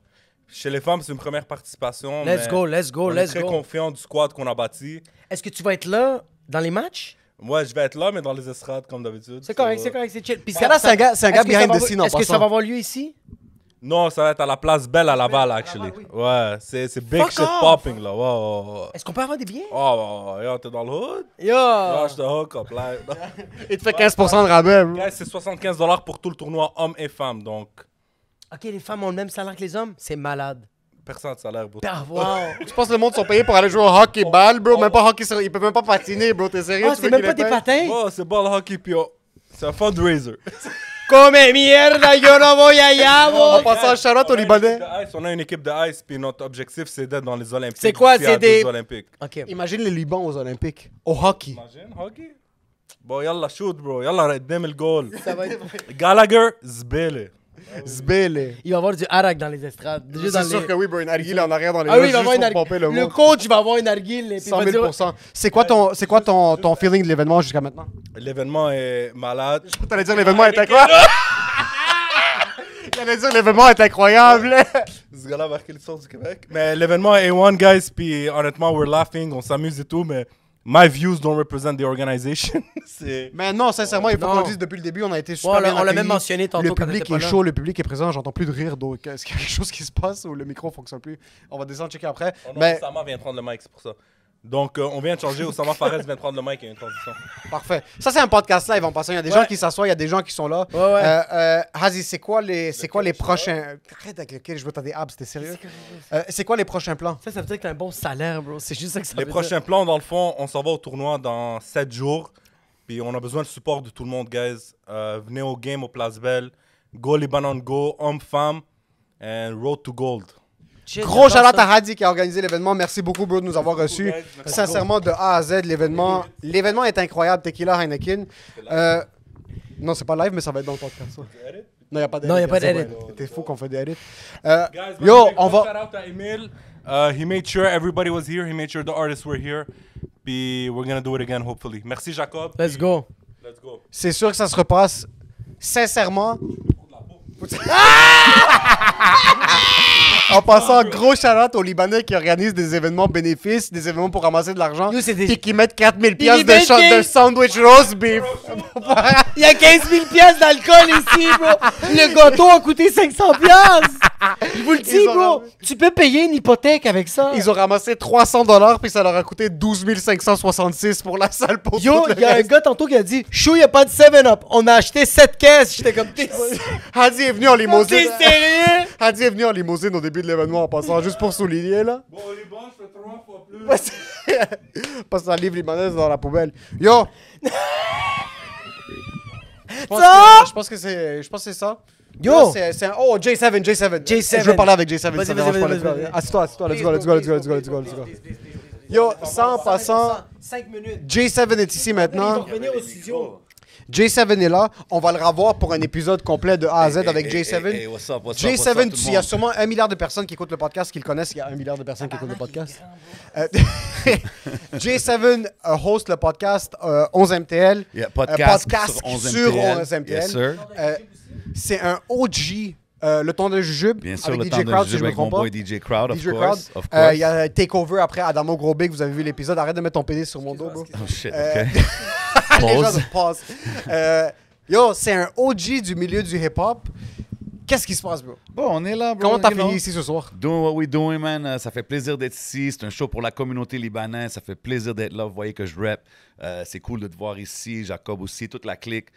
Speaker 8: Chez les femmes, c'est une première participation.
Speaker 2: Let's
Speaker 8: mais
Speaker 2: go, let's go,
Speaker 8: on est
Speaker 2: let's
Speaker 8: très
Speaker 2: go.
Speaker 8: confiant du squad qu'on a bâti.
Speaker 2: Est-ce que tu vas être là dans les matchs?
Speaker 8: Moi, je vais être là, mais dans les estrades, comme d'habitude.
Speaker 2: C'est correct,
Speaker 8: So-
Speaker 2: c'est correct, c'est chill. Puis
Speaker 3: Scala, c'est un gars- c'est un
Speaker 2: est-ce
Speaker 3: gars
Speaker 2: que ça
Speaker 3: behind
Speaker 2: va
Speaker 3: the
Speaker 2: avoir-
Speaker 3: scene en
Speaker 2: Est-ce que ça
Speaker 3: passant.
Speaker 2: va avoir lieu ici?
Speaker 8: Non, ça va être à la place Belle à Laval, actually. Ouais, c'est c'est big
Speaker 2: Fuck
Speaker 8: shit
Speaker 2: off.
Speaker 8: popping, là. Ouais, ouais, ouais.
Speaker 2: Est-ce qu'on peut avoir des billets?
Speaker 8: Oh, yo, t'es dans le hood?
Speaker 2: Yo!
Speaker 8: Yo, je te hook up, là.
Speaker 3: Il te fait 15% de rabais. bro.
Speaker 8: Guys, Eh, c'est 75$ pour tout le tournoi, hommes et femmes, donc
Speaker 2: Ok, les femmes ont le même salaire que les hommes? C'est malade.
Speaker 8: personne de salaire, bro.
Speaker 2: Ah, wow.
Speaker 3: Tu penses que le monde sont payés pour aller jouer au hockey ball, bro? Même pas hockey, sur- ils peuvent même pas patiner, bro. T'es sérieux?
Speaker 2: Ah,
Speaker 3: Tu
Speaker 2: c'est
Speaker 3: veux
Speaker 2: même
Speaker 3: qu'il
Speaker 2: pas
Speaker 3: les
Speaker 2: des
Speaker 3: paye?
Speaker 2: patins?
Speaker 8: Oh, c'est ball hockey, puis oh, c'est un fundraiser.
Speaker 2: Come mierda, yo no voy allá, bro.
Speaker 3: En passant, Charlotte au
Speaker 8: On a une
Speaker 3: Libanais.
Speaker 8: équipe de ice, On a une équipe de ice, puis notre objectif, c'est d'être dans les Olympiques.
Speaker 2: C'est quoi,
Speaker 8: d'ici à
Speaker 2: c'est des-
Speaker 8: deux Olympiques.
Speaker 2: Ok.
Speaker 3: Imagine les Libans aux Olympiques. Au hockey.
Speaker 8: Imagine, hockey. Bon, yalla, shoot, bro. Yalla, redem le goal.
Speaker 2: Ça va être-
Speaker 8: Gallagher, zbele.
Speaker 3: Zbele.
Speaker 2: Il va y avoir du harak dans les estrades. déjà dans
Speaker 3: C'est sûr
Speaker 2: les-
Speaker 3: que oui, bro, une narguile en arrière dans les
Speaker 2: Ah oui,
Speaker 3: rues
Speaker 2: il va y avoir
Speaker 3: juste
Speaker 2: une
Speaker 3: pour
Speaker 2: argu-
Speaker 3: pomper le
Speaker 2: Le
Speaker 3: monde.
Speaker 2: coach va avoir une arguile. et puis il
Speaker 3: 100
Speaker 2: va dire-
Speaker 3: 000 C'est quoi ton, c'est quoi ton, ton feeling de l'événement jusqu'à maintenant?
Speaker 8: L'événement est malade.
Speaker 3: T'allais dire l'événement était quoi? T'allais dire l'événement est incroyable.
Speaker 8: Ce gars-là a marqué l'histoire du Québec. Mais l'événement est A1, guys, puis honnêtement, we're laughing, on s'amuse et tout, mais my views don't represent the organization. c'est...
Speaker 3: Mais non, sincèrement, il faut
Speaker 2: Non.
Speaker 3: qu'on le dise depuis le début, on a été super
Speaker 2: Ouais, Oh, on l'a-
Speaker 3: bien
Speaker 2: on l'a
Speaker 3: accueillis.
Speaker 2: même mentionné tantôt
Speaker 3: Le
Speaker 2: quand
Speaker 3: public
Speaker 2: t'étais
Speaker 3: est
Speaker 2: pas là.
Speaker 3: chaud, le public est présent, j'entends plus de rire, donc est-ce qu'il y a quelque chose qui se passe ou le micro fonctionne plus? On va descendre checker après.
Speaker 8: Oh non,
Speaker 3: Mais
Speaker 8: Osama vient de prendre le mic, c'est pour ça. Donc, euh, on vient de changer. Osama Fares vient de prendre le mic, il y a une transition.
Speaker 3: Parfait. Ça, c'est un podcast live en passant. Il y a des
Speaker 2: Ouais.
Speaker 3: gens qui s'assoient, il y a des gens qui sont là.
Speaker 2: Ouais, ouais.
Speaker 3: Euh, euh, Hazi, c'est quoi les, c'est quoi les prochains. Arrête avec lequel je veux t'as des abs, t'es sérieux? Euh, c'est quoi les prochains plans?
Speaker 2: Ça, ça veut dire que t'as un bon salaire, bro. C'est juste ça que ça
Speaker 8: Les
Speaker 2: veut
Speaker 8: prochains plans, dans le fond, on s'en va au tournoi dans 7 jours. Puis on a besoin de support de tout le monde, guys. Euh, venez au game au Place Belle. Go Lebanon Go, hommes, femmes, and Road to Gold.
Speaker 2: dire. Shit,
Speaker 3: Gros
Speaker 2: j'adore
Speaker 3: shout-out
Speaker 2: ça.
Speaker 3: à Hadi qui a organisé l'événement. Merci beaucoup, bro, de nous avoir reçus. Sincèrement, de A à Z, l'événement, l'événement est incroyable. Tequila Heineken. Euh, non, c'est pas live, mais ça va être dans le podcast. ouais. Non, il n'y a pas d'edit.
Speaker 2: Non, y a pas
Speaker 3: c'est
Speaker 2: d'edit.
Speaker 3: vrai. T'es fou qu'on fait des edits. Euh, yo, on va.
Speaker 8: Shout out à Emile. Uh, he made sure everybody was here. He made sure the artists were here. Puis we're gonna do it again, hopefully. Merci, Jacob.
Speaker 2: Let's go.
Speaker 8: Let's go.
Speaker 3: C'est sûr que ça se repasse. Sincèrement. En passant, gros shout aux Libanais qui organisent des événements bénéfices, des événements pour ramasser de l'argent,
Speaker 2: Nous, c'est des-
Speaker 3: puis qui mettent 4000
Speaker 2: Des
Speaker 3: piastres de,
Speaker 2: Libanais
Speaker 3: cha-
Speaker 2: qui-
Speaker 3: de sandwich roast beef.
Speaker 2: Il y a 15 000 piastres d'alcool ici, bro. Le gâteau a coûté 500 piastres. Je vous le dis,
Speaker 3: Ils ont
Speaker 2: bro.
Speaker 3: ramené-
Speaker 2: Tu peux payer une hypothèque avec ça.
Speaker 3: Ils ont ramassé 300 dollars, puis ça leur a coûté 12 566 pour la salle pour
Speaker 2: Yo,
Speaker 3: tout le
Speaker 2: il y a un
Speaker 3: reste.
Speaker 2: gars tantôt qui a dit Chou, il n'y a pas de 7-Up. On a acheté 7 caisses. J'étais comme T'es
Speaker 3: Hadi est venu en limousine.
Speaker 2: t'es sérieux
Speaker 3: Hadi est venu en limousine au début de l'événement en passant, juste pour souligner, là.
Speaker 8: Bon, les bons, je fais trois fois plus.
Speaker 3: Parce parce que la livre libanaise dans la poubelle. Yo! Je pense que- je pense que c'est je pense que c'est ça.
Speaker 2: Yo!
Speaker 3: Là, c'est- c'est un- oh, J7, J7.
Speaker 2: J7.
Speaker 3: Je veux parler avec J7.
Speaker 2: Vas-y, vas-y,
Speaker 3: ça dérange pas,
Speaker 2: vas-y,
Speaker 3: let's go.
Speaker 2: vas-y, vas-y.
Speaker 3: Assis-toi, assis-toi, let's go, let's go, let's go, let's go, let's go, let's go. Yo, ça en passant,
Speaker 2: 5 minutes.
Speaker 3: J7 est ici maintenant.
Speaker 2: Revenir au studio.
Speaker 3: J7 est là. On va le revoir pour un épisode complet de A à Z avec J7.
Speaker 6: Hey, what's up, what's up, what's up, tout
Speaker 3: J7,
Speaker 6: le
Speaker 3: tu- il y a
Speaker 6: monde?
Speaker 3: sûrement un milliard de personnes qui écoutent le podcast, qui le connaissent. Il y a un milliard de personnes qui écoutent le podcast. Euh, J7 euh, host le podcast euh, 11MTL.
Speaker 9: Yeah,
Speaker 3: Euh,
Speaker 9: podcast,
Speaker 3: podcast
Speaker 9: sur 11
Speaker 3: sur
Speaker 9: MTL.
Speaker 3: 11 MTL.
Speaker 9: Yes, sir.
Speaker 3: Euh, c'est un OG euh, le temps de jujube
Speaker 9: Bien sûr,
Speaker 3: avec
Speaker 9: le
Speaker 3: DJ
Speaker 9: temps de
Speaker 3: Crowd,
Speaker 9: jujube
Speaker 3: si je me
Speaker 9: avec mon
Speaker 3: trompe pas.
Speaker 9: boy DJ Crowd, of
Speaker 3: DJ Crowd.
Speaker 9: course. Of
Speaker 3: Euh,
Speaker 9: course.
Speaker 3: Il y a Takeover après Adamo Grobé, que vous avez vu l'épisode. Arrête de mettre ton pénis sur mon dos, bro.
Speaker 9: Oh shit,
Speaker 3: Euh,
Speaker 9: ok.
Speaker 3: Les gens
Speaker 9: Pause.
Speaker 3: se passent. Euh, yo, c'est un OG du milieu du hip-hop. Qu'est-ce qui se passe, bro?
Speaker 9: Bon, on est là, bro.
Speaker 3: Comment t'as
Speaker 9: you know.
Speaker 3: fini ici ce soir?
Speaker 9: Doing what we doing, man. Euh, ça fait plaisir d'être ici. C'est un show pour la communauté libanaise. Ça fait plaisir d'être là. Vous voyez que je rap. Euh, c'est cool de te voir ici. Jacob aussi, toute la clique.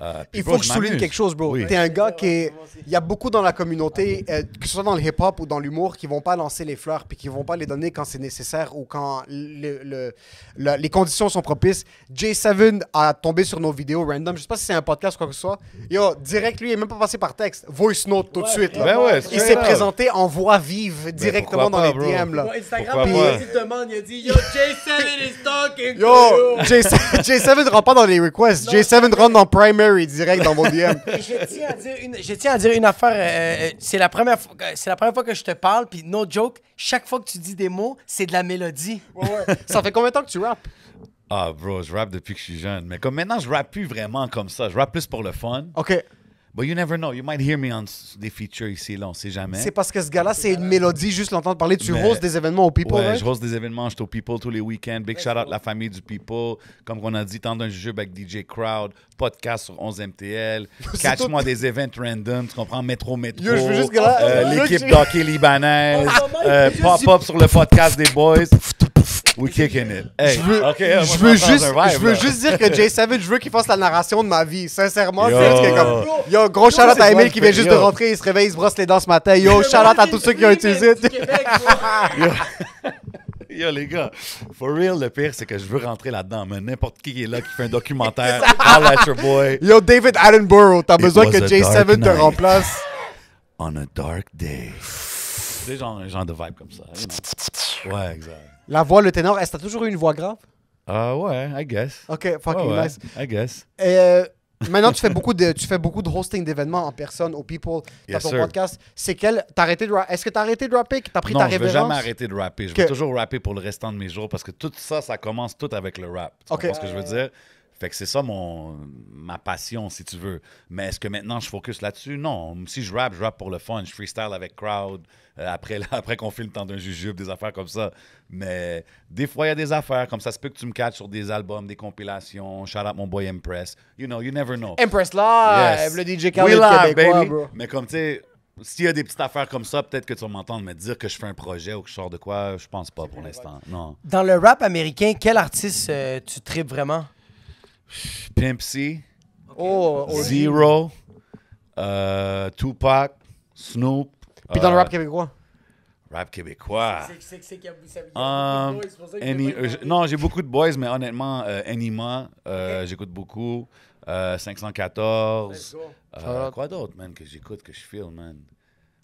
Speaker 9: Euh, puis
Speaker 3: Il
Speaker 9: bro,
Speaker 3: faut que je souligne
Speaker 9: m'amuse.
Speaker 3: quelque chose, bro.
Speaker 9: Oui.
Speaker 3: T'es un gars qui est... Il y a beaucoup dans la communauté, euh, que ce soit dans le hip-hop ou dans l'humour, qui vont pas lancer les fleurs puis qui vont pas les donner quand c'est nécessaire ou quand le- le- la- les conditions sont propices. J7 a tombé sur nos vidéos random. Je sais pas si c'est un podcast ou quoi que ce soit. Yo, direct, lui, il est même pas passé par texte. Voice note tout de suite, là.
Speaker 9: Ben ouais,
Speaker 3: Il
Speaker 9: straight
Speaker 3: s'est
Speaker 9: up. Ben,
Speaker 3: présenté en voix vive directement dans
Speaker 9: pourquoi
Speaker 3: les
Speaker 9: pas, bro?
Speaker 3: DM, là.
Speaker 4: Sur Instagram,
Speaker 9: Pourquoi
Speaker 3: puis-
Speaker 9: pas?
Speaker 4: il te demande, il a dit Yo, J7 is talking.
Speaker 3: Yo, J7, J7 rentre pas dans les requests. J7 rentre dans primary direct dans vos DM.
Speaker 2: je tiens à dire une, je tiens à dire une affaire. euh, euh, c'est la première, fois- euh, c'est la première fois que je te parle. Puis no joke, chaque fois que tu dis des mots, c'est de la mélodie.
Speaker 3: Ça fait combien de temps que tu rappes?
Speaker 9: Ah, bro, je rappe depuis que je suis jeune. Mais comme maintenant, je rappe plus vraiment comme ça. Je rappe plus pour le fun.
Speaker 3: OK.
Speaker 9: But you never know. You might hear me on s- des features ici et là. On sait jamais.
Speaker 3: C'est parce que ce gars-là, c'est une mélodie, juste l'entendre parler. Tu
Speaker 9: Mais-
Speaker 3: roses des événements au people, hein?
Speaker 9: Ouais,
Speaker 3: right?
Speaker 9: je host des événements, je suis au People tous les week-ends. Big shout out la famille du People. Comme on a dit, tant d'un jujube avec DJ Crowd, podcast sur 11 MTL, catch-moi des events random, tu comprends, métro, métro.
Speaker 3: Yo, je veux juste Oh que là-
Speaker 9: euh,
Speaker 3: là,
Speaker 9: L'équipe
Speaker 3: j'ai-
Speaker 9: d'hockey libanaise, euh, pop-up sur le podcast des boys. We kicking it. Hey,
Speaker 3: Je veux,
Speaker 9: ok, moi,
Speaker 3: je veux
Speaker 9: rentre dans
Speaker 3: juste,
Speaker 9: un vibe,
Speaker 3: je veux
Speaker 9: là.
Speaker 3: juste dire que Jay Savage, je veux qu'il fasse la narration de ma vie. Sincèrement, c'est
Speaker 9: Yo.
Speaker 3: juste que comme. Yo, gros shout out
Speaker 9: c'est
Speaker 3: à
Speaker 9: quoi,
Speaker 3: Emile
Speaker 9: je
Speaker 3: qui
Speaker 9: peux-
Speaker 3: vient juste de
Speaker 9: yo.
Speaker 3: rentrer, il se réveille, il se brosse les dents ce matin. Yo, shout out à tous ceux qui ont utilisé.
Speaker 9: Yo, les gars, for real, le pire, c'est que je veux rentrer là-dedans, mais n'importe qui qui est là, qui fait un documentaire, all at your boy,
Speaker 3: Yo, David Attenborough, t'as
Speaker 9: It
Speaker 3: besoin
Speaker 9: was
Speaker 3: que
Speaker 9: a
Speaker 3: Jay
Speaker 9: dark
Speaker 3: Savage te
Speaker 9: night.
Speaker 3: remplace.
Speaker 9: on a dark day. C'est genre un genre de vibe comme ça. you know. Ouais, exact.
Speaker 3: La voix, le ténor, est-ce que t'as toujours eu une voix grave?
Speaker 9: Ah ouais, I guess.
Speaker 3: Ok, fucking
Speaker 9: Ouais, ouais,
Speaker 3: nice.
Speaker 9: I guess.
Speaker 3: Euh, maintenant, tu fais beaucoup de, tu fais beaucoup de hosting d'événements en personne au People, t'as
Speaker 9: Yes,
Speaker 3: ton
Speaker 9: sir.
Speaker 3: podcast. C'est quel T'as arrêté de ra- Est-ce que t'as arrêté de rapper T'as pris ta
Speaker 9: non, je vais
Speaker 3: révérence
Speaker 9: jamais arrêter de rapper. Je vais
Speaker 3: Ok.
Speaker 9: toujours rapper pour le restant de mes jours parce que tout ça, ça commence tout avec le rap. Tu
Speaker 3: Ok.
Speaker 9: comprends ce que je veux dire? Fait que c'est ça mon, ma passion, si tu veux. Mais est-ce que maintenant je focus là-dessus? Non. Si je rappe, je rappe pour le fun. Je freestyle avec crowd. euh, après après qu'on filme tant d'un jujube, des affaires comme ça. Mais des fois, il y a des affaires comme ça. se peut que tu me catches sur des albums, des compilations. Shout out mon boy Impress. You know, you never know.
Speaker 3: Empress Live,
Speaker 9: Yes.
Speaker 3: le DJ
Speaker 9: We
Speaker 3: Khaled
Speaker 9: live,
Speaker 3: québécois,
Speaker 9: baby.
Speaker 3: bro.
Speaker 9: Mais comme tu sais, s'il y a des petites affaires comme ça, peut-être que tu vas m'entendre me dire que je fais un projet ou que je sors de quoi, je pense pas pour l'instant. Non.
Speaker 2: Dans le rap américain, quel artiste euh, tu tripes vraiment?
Speaker 9: Pimp C,
Speaker 3: Oh, oh.
Speaker 9: Zero, euh, Tupac, Snoop.
Speaker 3: Puis dans le
Speaker 9: euh,
Speaker 3: rap québécois.
Speaker 9: rap québécois.
Speaker 4: C'est que c'est qu'il y a
Speaker 9: Um,
Speaker 4: c'est pour ça que
Speaker 9: Any-
Speaker 4: t'es pas
Speaker 9: euh, j- non, j'ai beaucoup de boys, mais honnêtement, euh, Anima, euh, j'écoute beaucoup. euh, 514. euh, quoi d'autre, man, que j'écoute, que je feel, man?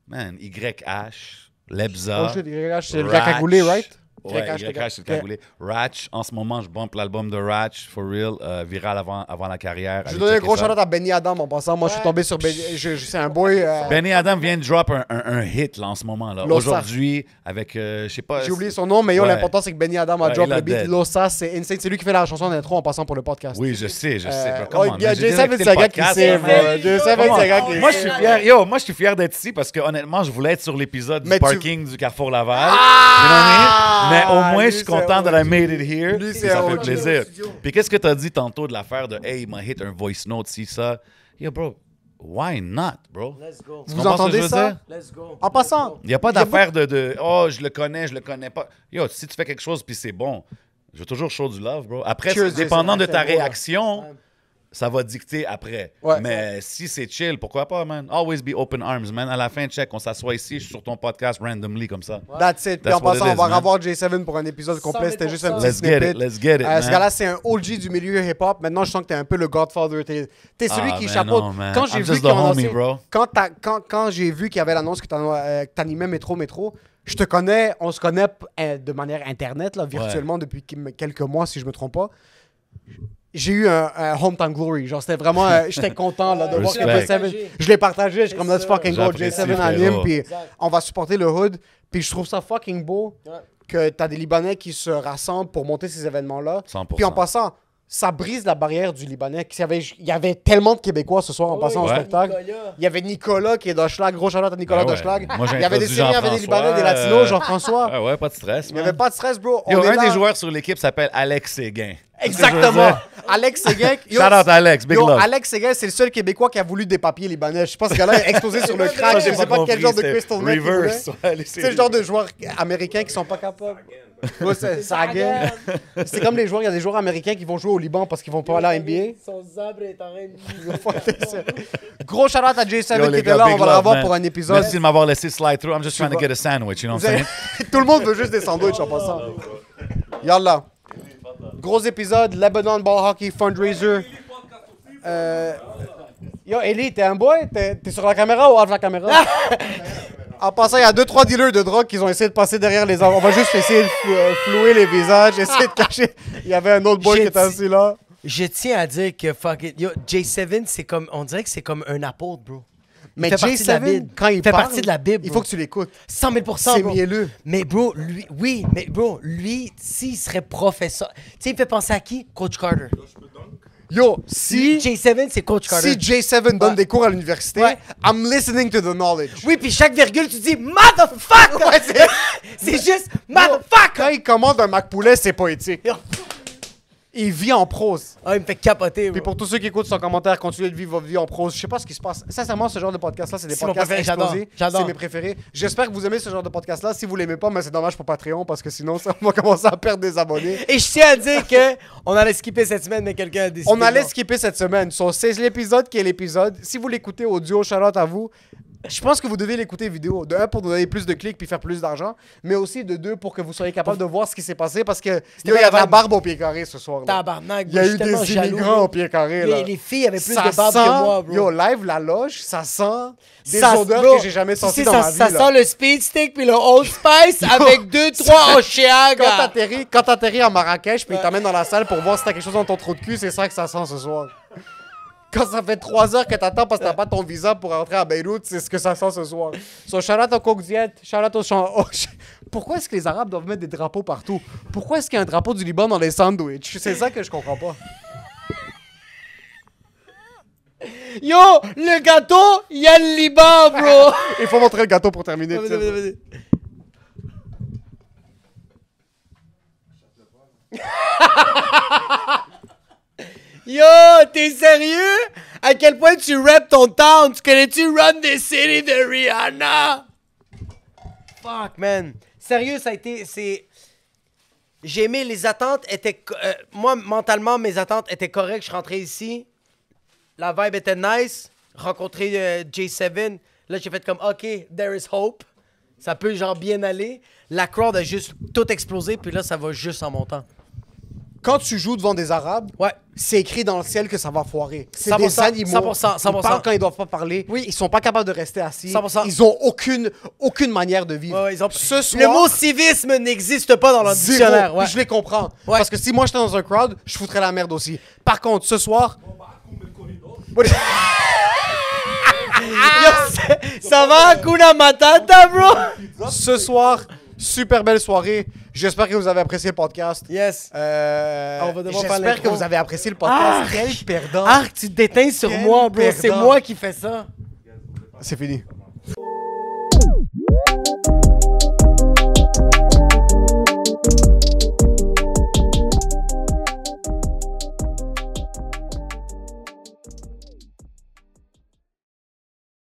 Speaker 9: Man, YH, Lebza.
Speaker 3: Oh shit, YH, c'est le
Speaker 9: euh, Ratch.
Speaker 3: gars cagoulé, right?
Speaker 9: Ouais,
Speaker 3: YH,
Speaker 9: YH,
Speaker 3: le gars-
Speaker 9: c'est le cagoulé. Ratch, en ce moment, je bump l'album de Ratch, for real, euh, viral avant, avant la carrière.
Speaker 3: Je
Speaker 9: Allez
Speaker 3: vais donner un
Speaker 9: checker
Speaker 3: gros
Speaker 9: ça.
Speaker 3: shout-out à Benny Adam en passant. Moi, je suis tombé sur Benny. je- je- C'est un boy. euh,
Speaker 9: Benny Adam vient de drop un, un- un hit là, en ce moment. là.
Speaker 3: Losa.
Speaker 9: Aujourd'hui, avec, euh, je sais pas.
Speaker 3: J'ai oublié son nom, mais yo,
Speaker 9: Ouais.
Speaker 3: l'important, c'est que Benny Adam a
Speaker 9: Ouais,
Speaker 3: drop
Speaker 9: il a
Speaker 3: le beat.
Speaker 9: dead.
Speaker 3: Losa, c'est insane. C'est lui qui fait la chanson d'intro en passant pour le podcast.
Speaker 9: Oui, je sais, je sais.
Speaker 3: Euh,
Speaker 9: Bro, come
Speaker 3: ouais,
Speaker 9: on,
Speaker 3: y a
Speaker 9: man, j'ai
Speaker 3: Jay
Speaker 9: déjà
Speaker 3: Savage,
Speaker 9: écouté
Speaker 3: c'est un
Speaker 9: le
Speaker 3: gars qui
Speaker 9: podcast,
Speaker 3: sait,
Speaker 9: man.
Speaker 3: bro. Jay Savage,
Speaker 9: Come on.
Speaker 3: c'est un gars qui
Speaker 9: Moi, je suis fier. Yo, moi, je suis fier d'être ici parce que honnêtement, je voulais être sur l'épisode
Speaker 3: Mais
Speaker 9: du
Speaker 3: tu- Ah!
Speaker 9: parking du Carrefour Laval. You know what I mean? Mais au moins,
Speaker 3: Lui,
Speaker 9: je suis
Speaker 3: c'est
Speaker 9: content de
Speaker 3: OG.
Speaker 9: la made it here.
Speaker 3: Lui,
Speaker 9: Puis
Speaker 3: c'est
Speaker 9: ça
Speaker 3: OG.
Speaker 9: fait plaisir. Puis qu'est-ce que t'as dit tantôt de l'affaire de Hey, il m'a hit un voice note, si ça. Yo, bro, why not, bro?
Speaker 4: Let's go.
Speaker 9: Tu
Speaker 3: Vous
Speaker 9: comprends ce que
Speaker 3: entendez
Speaker 9: je veux
Speaker 3: ça?
Speaker 9: dire?
Speaker 4: Let's go.
Speaker 3: En passant,
Speaker 9: Il n'y a pas
Speaker 3: Il y a
Speaker 9: d'affaire de, de Oh, je le connais, je le connais pas. Yo, si tu fais quelque chose puis c'est bon, je veux toujours show du love, bro. Après,
Speaker 3: Cheers,
Speaker 9: c'est dépendant de
Speaker 3: Jason.
Speaker 9: ta
Speaker 3: C'est beau, là.
Speaker 9: réaction, ça va dicter après.
Speaker 3: Ouais.
Speaker 9: Mais si c'est chill, pourquoi pas, man? Always be open arms, man. À la fin, check, on s'assoit ici, je suis sur ton podcast randomly comme ça.
Speaker 3: that's it. Puis
Speaker 9: That's
Speaker 3: en
Speaker 9: what it
Speaker 3: passant, on
Speaker 9: is,
Speaker 3: va
Speaker 9: man.
Speaker 3: avoir J7 pour un épisode complet. C'était juste un petit
Speaker 9: Let's get
Speaker 3: snippet.
Speaker 9: it, let's get it.
Speaker 3: Euh, ce
Speaker 9: man.
Speaker 3: gars-là, c'est un OG du milieu hip-hop. Maintenant, je sens que t'es un peu le Godfather. T'es es celui
Speaker 9: Ah,
Speaker 3: qui
Speaker 9: man,
Speaker 3: chapeaute.
Speaker 9: non, man.
Speaker 3: quand j'ai
Speaker 9: I'm
Speaker 3: vu
Speaker 9: just
Speaker 3: qu'ils
Speaker 9: the
Speaker 3: ont
Speaker 9: homie,
Speaker 3: lancé-
Speaker 9: bro.
Speaker 3: quand, t'as- quand, quand j'ai vu qu'il y avait l'annonce que t'en- euh, que t'animais Métro Métro, je te connais, on se connaît p- euh, de manière internet, là, virtuellement, depuis qui- quelques mois, si je me trompe pas. J'ai eu un, un Hometown Glory. Genre, c'était vraiment. euh, J'étais content là, de voir que
Speaker 9: Respect.
Speaker 3: J7. Je l'ai partagé, je suis comme, let's fucking go,
Speaker 9: J'apprécie,
Speaker 3: J7 anime,
Speaker 9: frérot.
Speaker 3: puis on va supporter le hood. Puis je trouve ça fucking beau que t'as des Libanais qui se rassemblent pour monter ces événements-là.
Speaker 9: 100%.
Speaker 3: Puis en passant, ça brise la barrière du Libanais. Il y avait, il y avait tellement de Québécois ce soir en passant au
Speaker 9: ouais.
Speaker 3: spectacle. Il y avait Nicolas qui est d'Hochlag, gros charlotte à Nicolas
Speaker 9: Ben ouais.
Speaker 3: d'Hochlag.
Speaker 9: Moi, j'ai
Speaker 3: Il y avait des
Speaker 9: introduit
Speaker 3: Syriens, il y avait des
Speaker 9: Jean-François,
Speaker 3: Libanais, des
Speaker 9: euh,
Speaker 3: Latinos, Jean-François.
Speaker 9: Ah ouais, pas de stress.
Speaker 3: Il n'y avait pas de stress, bro. On
Speaker 9: Yo,
Speaker 3: est
Speaker 9: un
Speaker 3: là.
Speaker 9: des joueurs sur l'équipe s'appelle Alex Séguin.
Speaker 3: Exactement. Alex Séguin.
Speaker 9: Shout out Alex, big
Speaker 3: Yo,
Speaker 9: love.
Speaker 3: Alex Séguin, c'est le seul Québécois qui a voulu des papiers libanais. Je pense que là, il a explosé sur le crack. Je sais pas quel genre de crystal meth il voulait.
Speaker 9: Reverse. ouais, les
Speaker 3: C'est le
Speaker 9: séries.
Speaker 3: genre de joueurs américains qui sont pas capables. Ouais, c'est- ça gagne. C'est comme les joueurs, il y a des joueurs américains qui vont jouer au Liban parce qu'ils vont pas aller à NBA.
Speaker 2: Son zabre est en train de-
Speaker 3: Gros shout out à J7
Speaker 9: Yo,
Speaker 3: qui
Speaker 9: les
Speaker 3: était
Speaker 9: gars,
Speaker 3: là, on
Speaker 9: big
Speaker 3: va
Speaker 9: love, eh.
Speaker 3: l'avoir
Speaker 9: man.
Speaker 3: pour un épisode.
Speaker 9: Merci de m'avoir laissé slide through. I'm just trying to
Speaker 3: vas-
Speaker 9: get a sandwich, you know
Speaker 3: Vous
Speaker 9: what I'm
Speaker 3: avez-
Speaker 9: saying?
Speaker 3: Tout le monde veut juste des sandwichs en passant. Yallah. Gros épisode, Lebanon Ball Hockey Fundraiser. Euh, Yo, Ellie, t'es un boy? T'es t'es sur la caméra ou off la caméra? en passant, il y a deux, trois dealers de drogue qui ont essayé de passer derrière les arbres. On va juste essayer de flou- euh, flouer les visages, essayer de cacher. Il y avait un autre boy
Speaker 2: J'ai
Speaker 3: qui était
Speaker 2: dit-
Speaker 3: assis là.
Speaker 2: Je tiens à dire que fuck it. Yo, J7, c'est comme. On dirait que c'est comme un apôtre, bro. Il
Speaker 3: Mais
Speaker 2: fait partie de la
Speaker 3: J7,
Speaker 2: Bible.
Speaker 3: quand il
Speaker 2: fait
Speaker 3: parle,
Speaker 2: partie de la Bible.
Speaker 3: il
Speaker 2: bro.
Speaker 3: faut que tu l'écoutes.
Speaker 2: 100 000
Speaker 3: C'est
Speaker 2: bro.
Speaker 3: mielleux.
Speaker 2: Mais bro, lui, oui, mais bro, lui, s'il serait professeur. Tu sais, il me fait penser à qui Coach Carter.
Speaker 3: Yo, si,
Speaker 2: J7, c'est Coach Carter.
Speaker 3: si J7 donne
Speaker 2: Ouais.
Speaker 3: des cours à l'université,
Speaker 2: Ouais.
Speaker 3: I'm listening to the knowledge.
Speaker 2: Oui, puis chaque virgule, tu dis Motherfucker C'est juste
Speaker 3: Quand
Speaker 2: Motherfucker
Speaker 3: il commande un Mac Poulet, c'est poétique. Il vit en prose.
Speaker 2: Ah, il me fait capoter,
Speaker 3: Puis
Speaker 2: bro.
Speaker 3: pour tous ceux qui écoutent son commentaire, continuez de vivre votre vie en prose. Je sais pas ce qui se passe. Sincèrement, ce genre de podcast-là, c'est des
Speaker 2: C'est mon
Speaker 3: podcasts
Speaker 2: préféré, j'adore,
Speaker 3: explosés.
Speaker 2: j'adore.
Speaker 3: C'est mes préférés. J'espère que vous aimez ce genre de podcast-là. Si vous l'aimez pas, mais c'est dommage pour Patreon parce que sinon, ça, on va commencer à perdre des abonnés.
Speaker 2: Et je tiens à dire que on allait skipper cette semaine, mais quelqu'un a décidé.
Speaker 3: On allait
Speaker 2: non.
Speaker 3: skipper cette semaine. So, c'est l'épisode qui est l'épisode. Si vous l'écoutez audio, Charlotte à vous. Je pense que vous devez l'écouter vidéo. De un, pour nous donner plus de clics puis faire plus d'argent. Mais aussi de deux, pour que vous soyez capable de voir ce qui s'est passé parce que yo, il y
Speaker 2: bien
Speaker 3: a de la
Speaker 2: avant-
Speaker 3: barbe au pied carré ce soir. là.
Speaker 2: Tabarnak,
Speaker 3: Il y a eu des immigrants au pied carré. Là.
Speaker 2: Les, les filles avaient plus
Speaker 3: Ça
Speaker 2: de barbe
Speaker 3: sent,
Speaker 2: que moi, bro.
Speaker 3: Yo, live, la loge, ça sent des
Speaker 2: Ça-
Speaker 3: odeurs
Speaker 2: bro,
Speaker 3: que j'ai jamais
Speaker 2: tu
Speaker 3: senties
Speaker 2: sais,
Speaker 3: dans
Speaker 2: ça,
Speaker 3: ma vie.
Speaker 2: Ça
Speaker 3: là.
Speaker 2: sent le speed stick puis le Old Spice avec deux, trois
Speaker 3: Quand
Speaker 2: Oceaga.
Speaker 3: t'atterris, quand t'atterris à Marrakech, puis ils t'emmènent dans la salle pour voir si t'as quelque chose dans ton trou de cul, c'est ça que ça sent ce soir. Quand ça fait trois heures que t'attends parce que t'as pas ton visa pour rentrer à Beyrouth, c'est ce que ça sent ce soir. So, shout-out au Coke Diet, shout-out au champ- au ch- Pourquoi est-ce que les Arabes doivent mettre des drapeaux partout? Pourquoi est-ce qu'il y a un drapeau du Liban dans les sandwichs? C'est ça que je comprends pas.
Speaker 2: Yo, le gâteau, il y a le Liban, bro.
Speaker 3: Il faut montrer le gâteau pour terminer. tu sais.
Speaker 2: Yo, t'es sérieux? À quel point tu rap ton town? Tu connais-tu Run the City de Rihanna? Fuck, man. Sérieux, ça a été. C'est. J'ai aimé les attentes. étaient co- euh, moi, mentalement, mes attentes étaient correctes. Je rentrais ici. La vibe était nice. Rencontrer euh, J7. Là, j'ai fait comme, OK, there is hope. Ça peut, genre, bien aller. La crowd a juste tout explosé. Puis là, ça va juste en montant.
Speaker 3: Quand tu joues devant des Arabes,
Speaker 2: Ouais.
Speaker 3: c'est écrit dans le ciel que ça va foirer. C'est
Speaker 2: 100%,
Speaker 3: des animaux.
Speaker 2: 100%,
Speaker 3: Ils
Speaker 2: 100%.
Speaker 3: parlent quand ils doivent pas parler.
Speaker 2: Oui.
Speaker 3: Ils sont pas capables de rester assis.
Speaker 2: 100%.
Speaker 3: Ils ont aucune, aucune manière de vivre.
Speaker 2: Ouais, ouais, ils ont-
Speaker 3: Ce soir,
Speaker 2: Le mot civisme n'existe pas dans leur
Speaker 3: zéro.
Speaker 2: dictionnaire.
Speaker 3: Puis
Speaker 2: Ouais.
Speaker 3: je les comprends.
Speaker 2: Ouais.
Speaker 3: Parce que si moi j'étais dans un crowd, je foutrais la merde aussi. Par contre, ce soir,
Speaker 2: Yo, ça va, Kuna Matata, bro?
Speaker 3: ce soir, super belle soirée. J'espère que vous avez apprécié le podcast.
Speaker 2: Yes.
Speaker 3: Euh,
Speaker 2: On va devoir faire
Speaker 3: J'espère que
Speaker 2: l'intro. Ah!
Speaker 3: vous avez apprécié le podcast.
Speaker 2: Arc.
Speaker 3: Quel perdant.
Speaker 2: Arc, tu te déteins sur
Speaker 3: Quel
Speaker 2: moi, bro. C'est
Speaker 3: perdant.
Speaker 2: moi qui fais ça.
Speaker 3: C'est fini.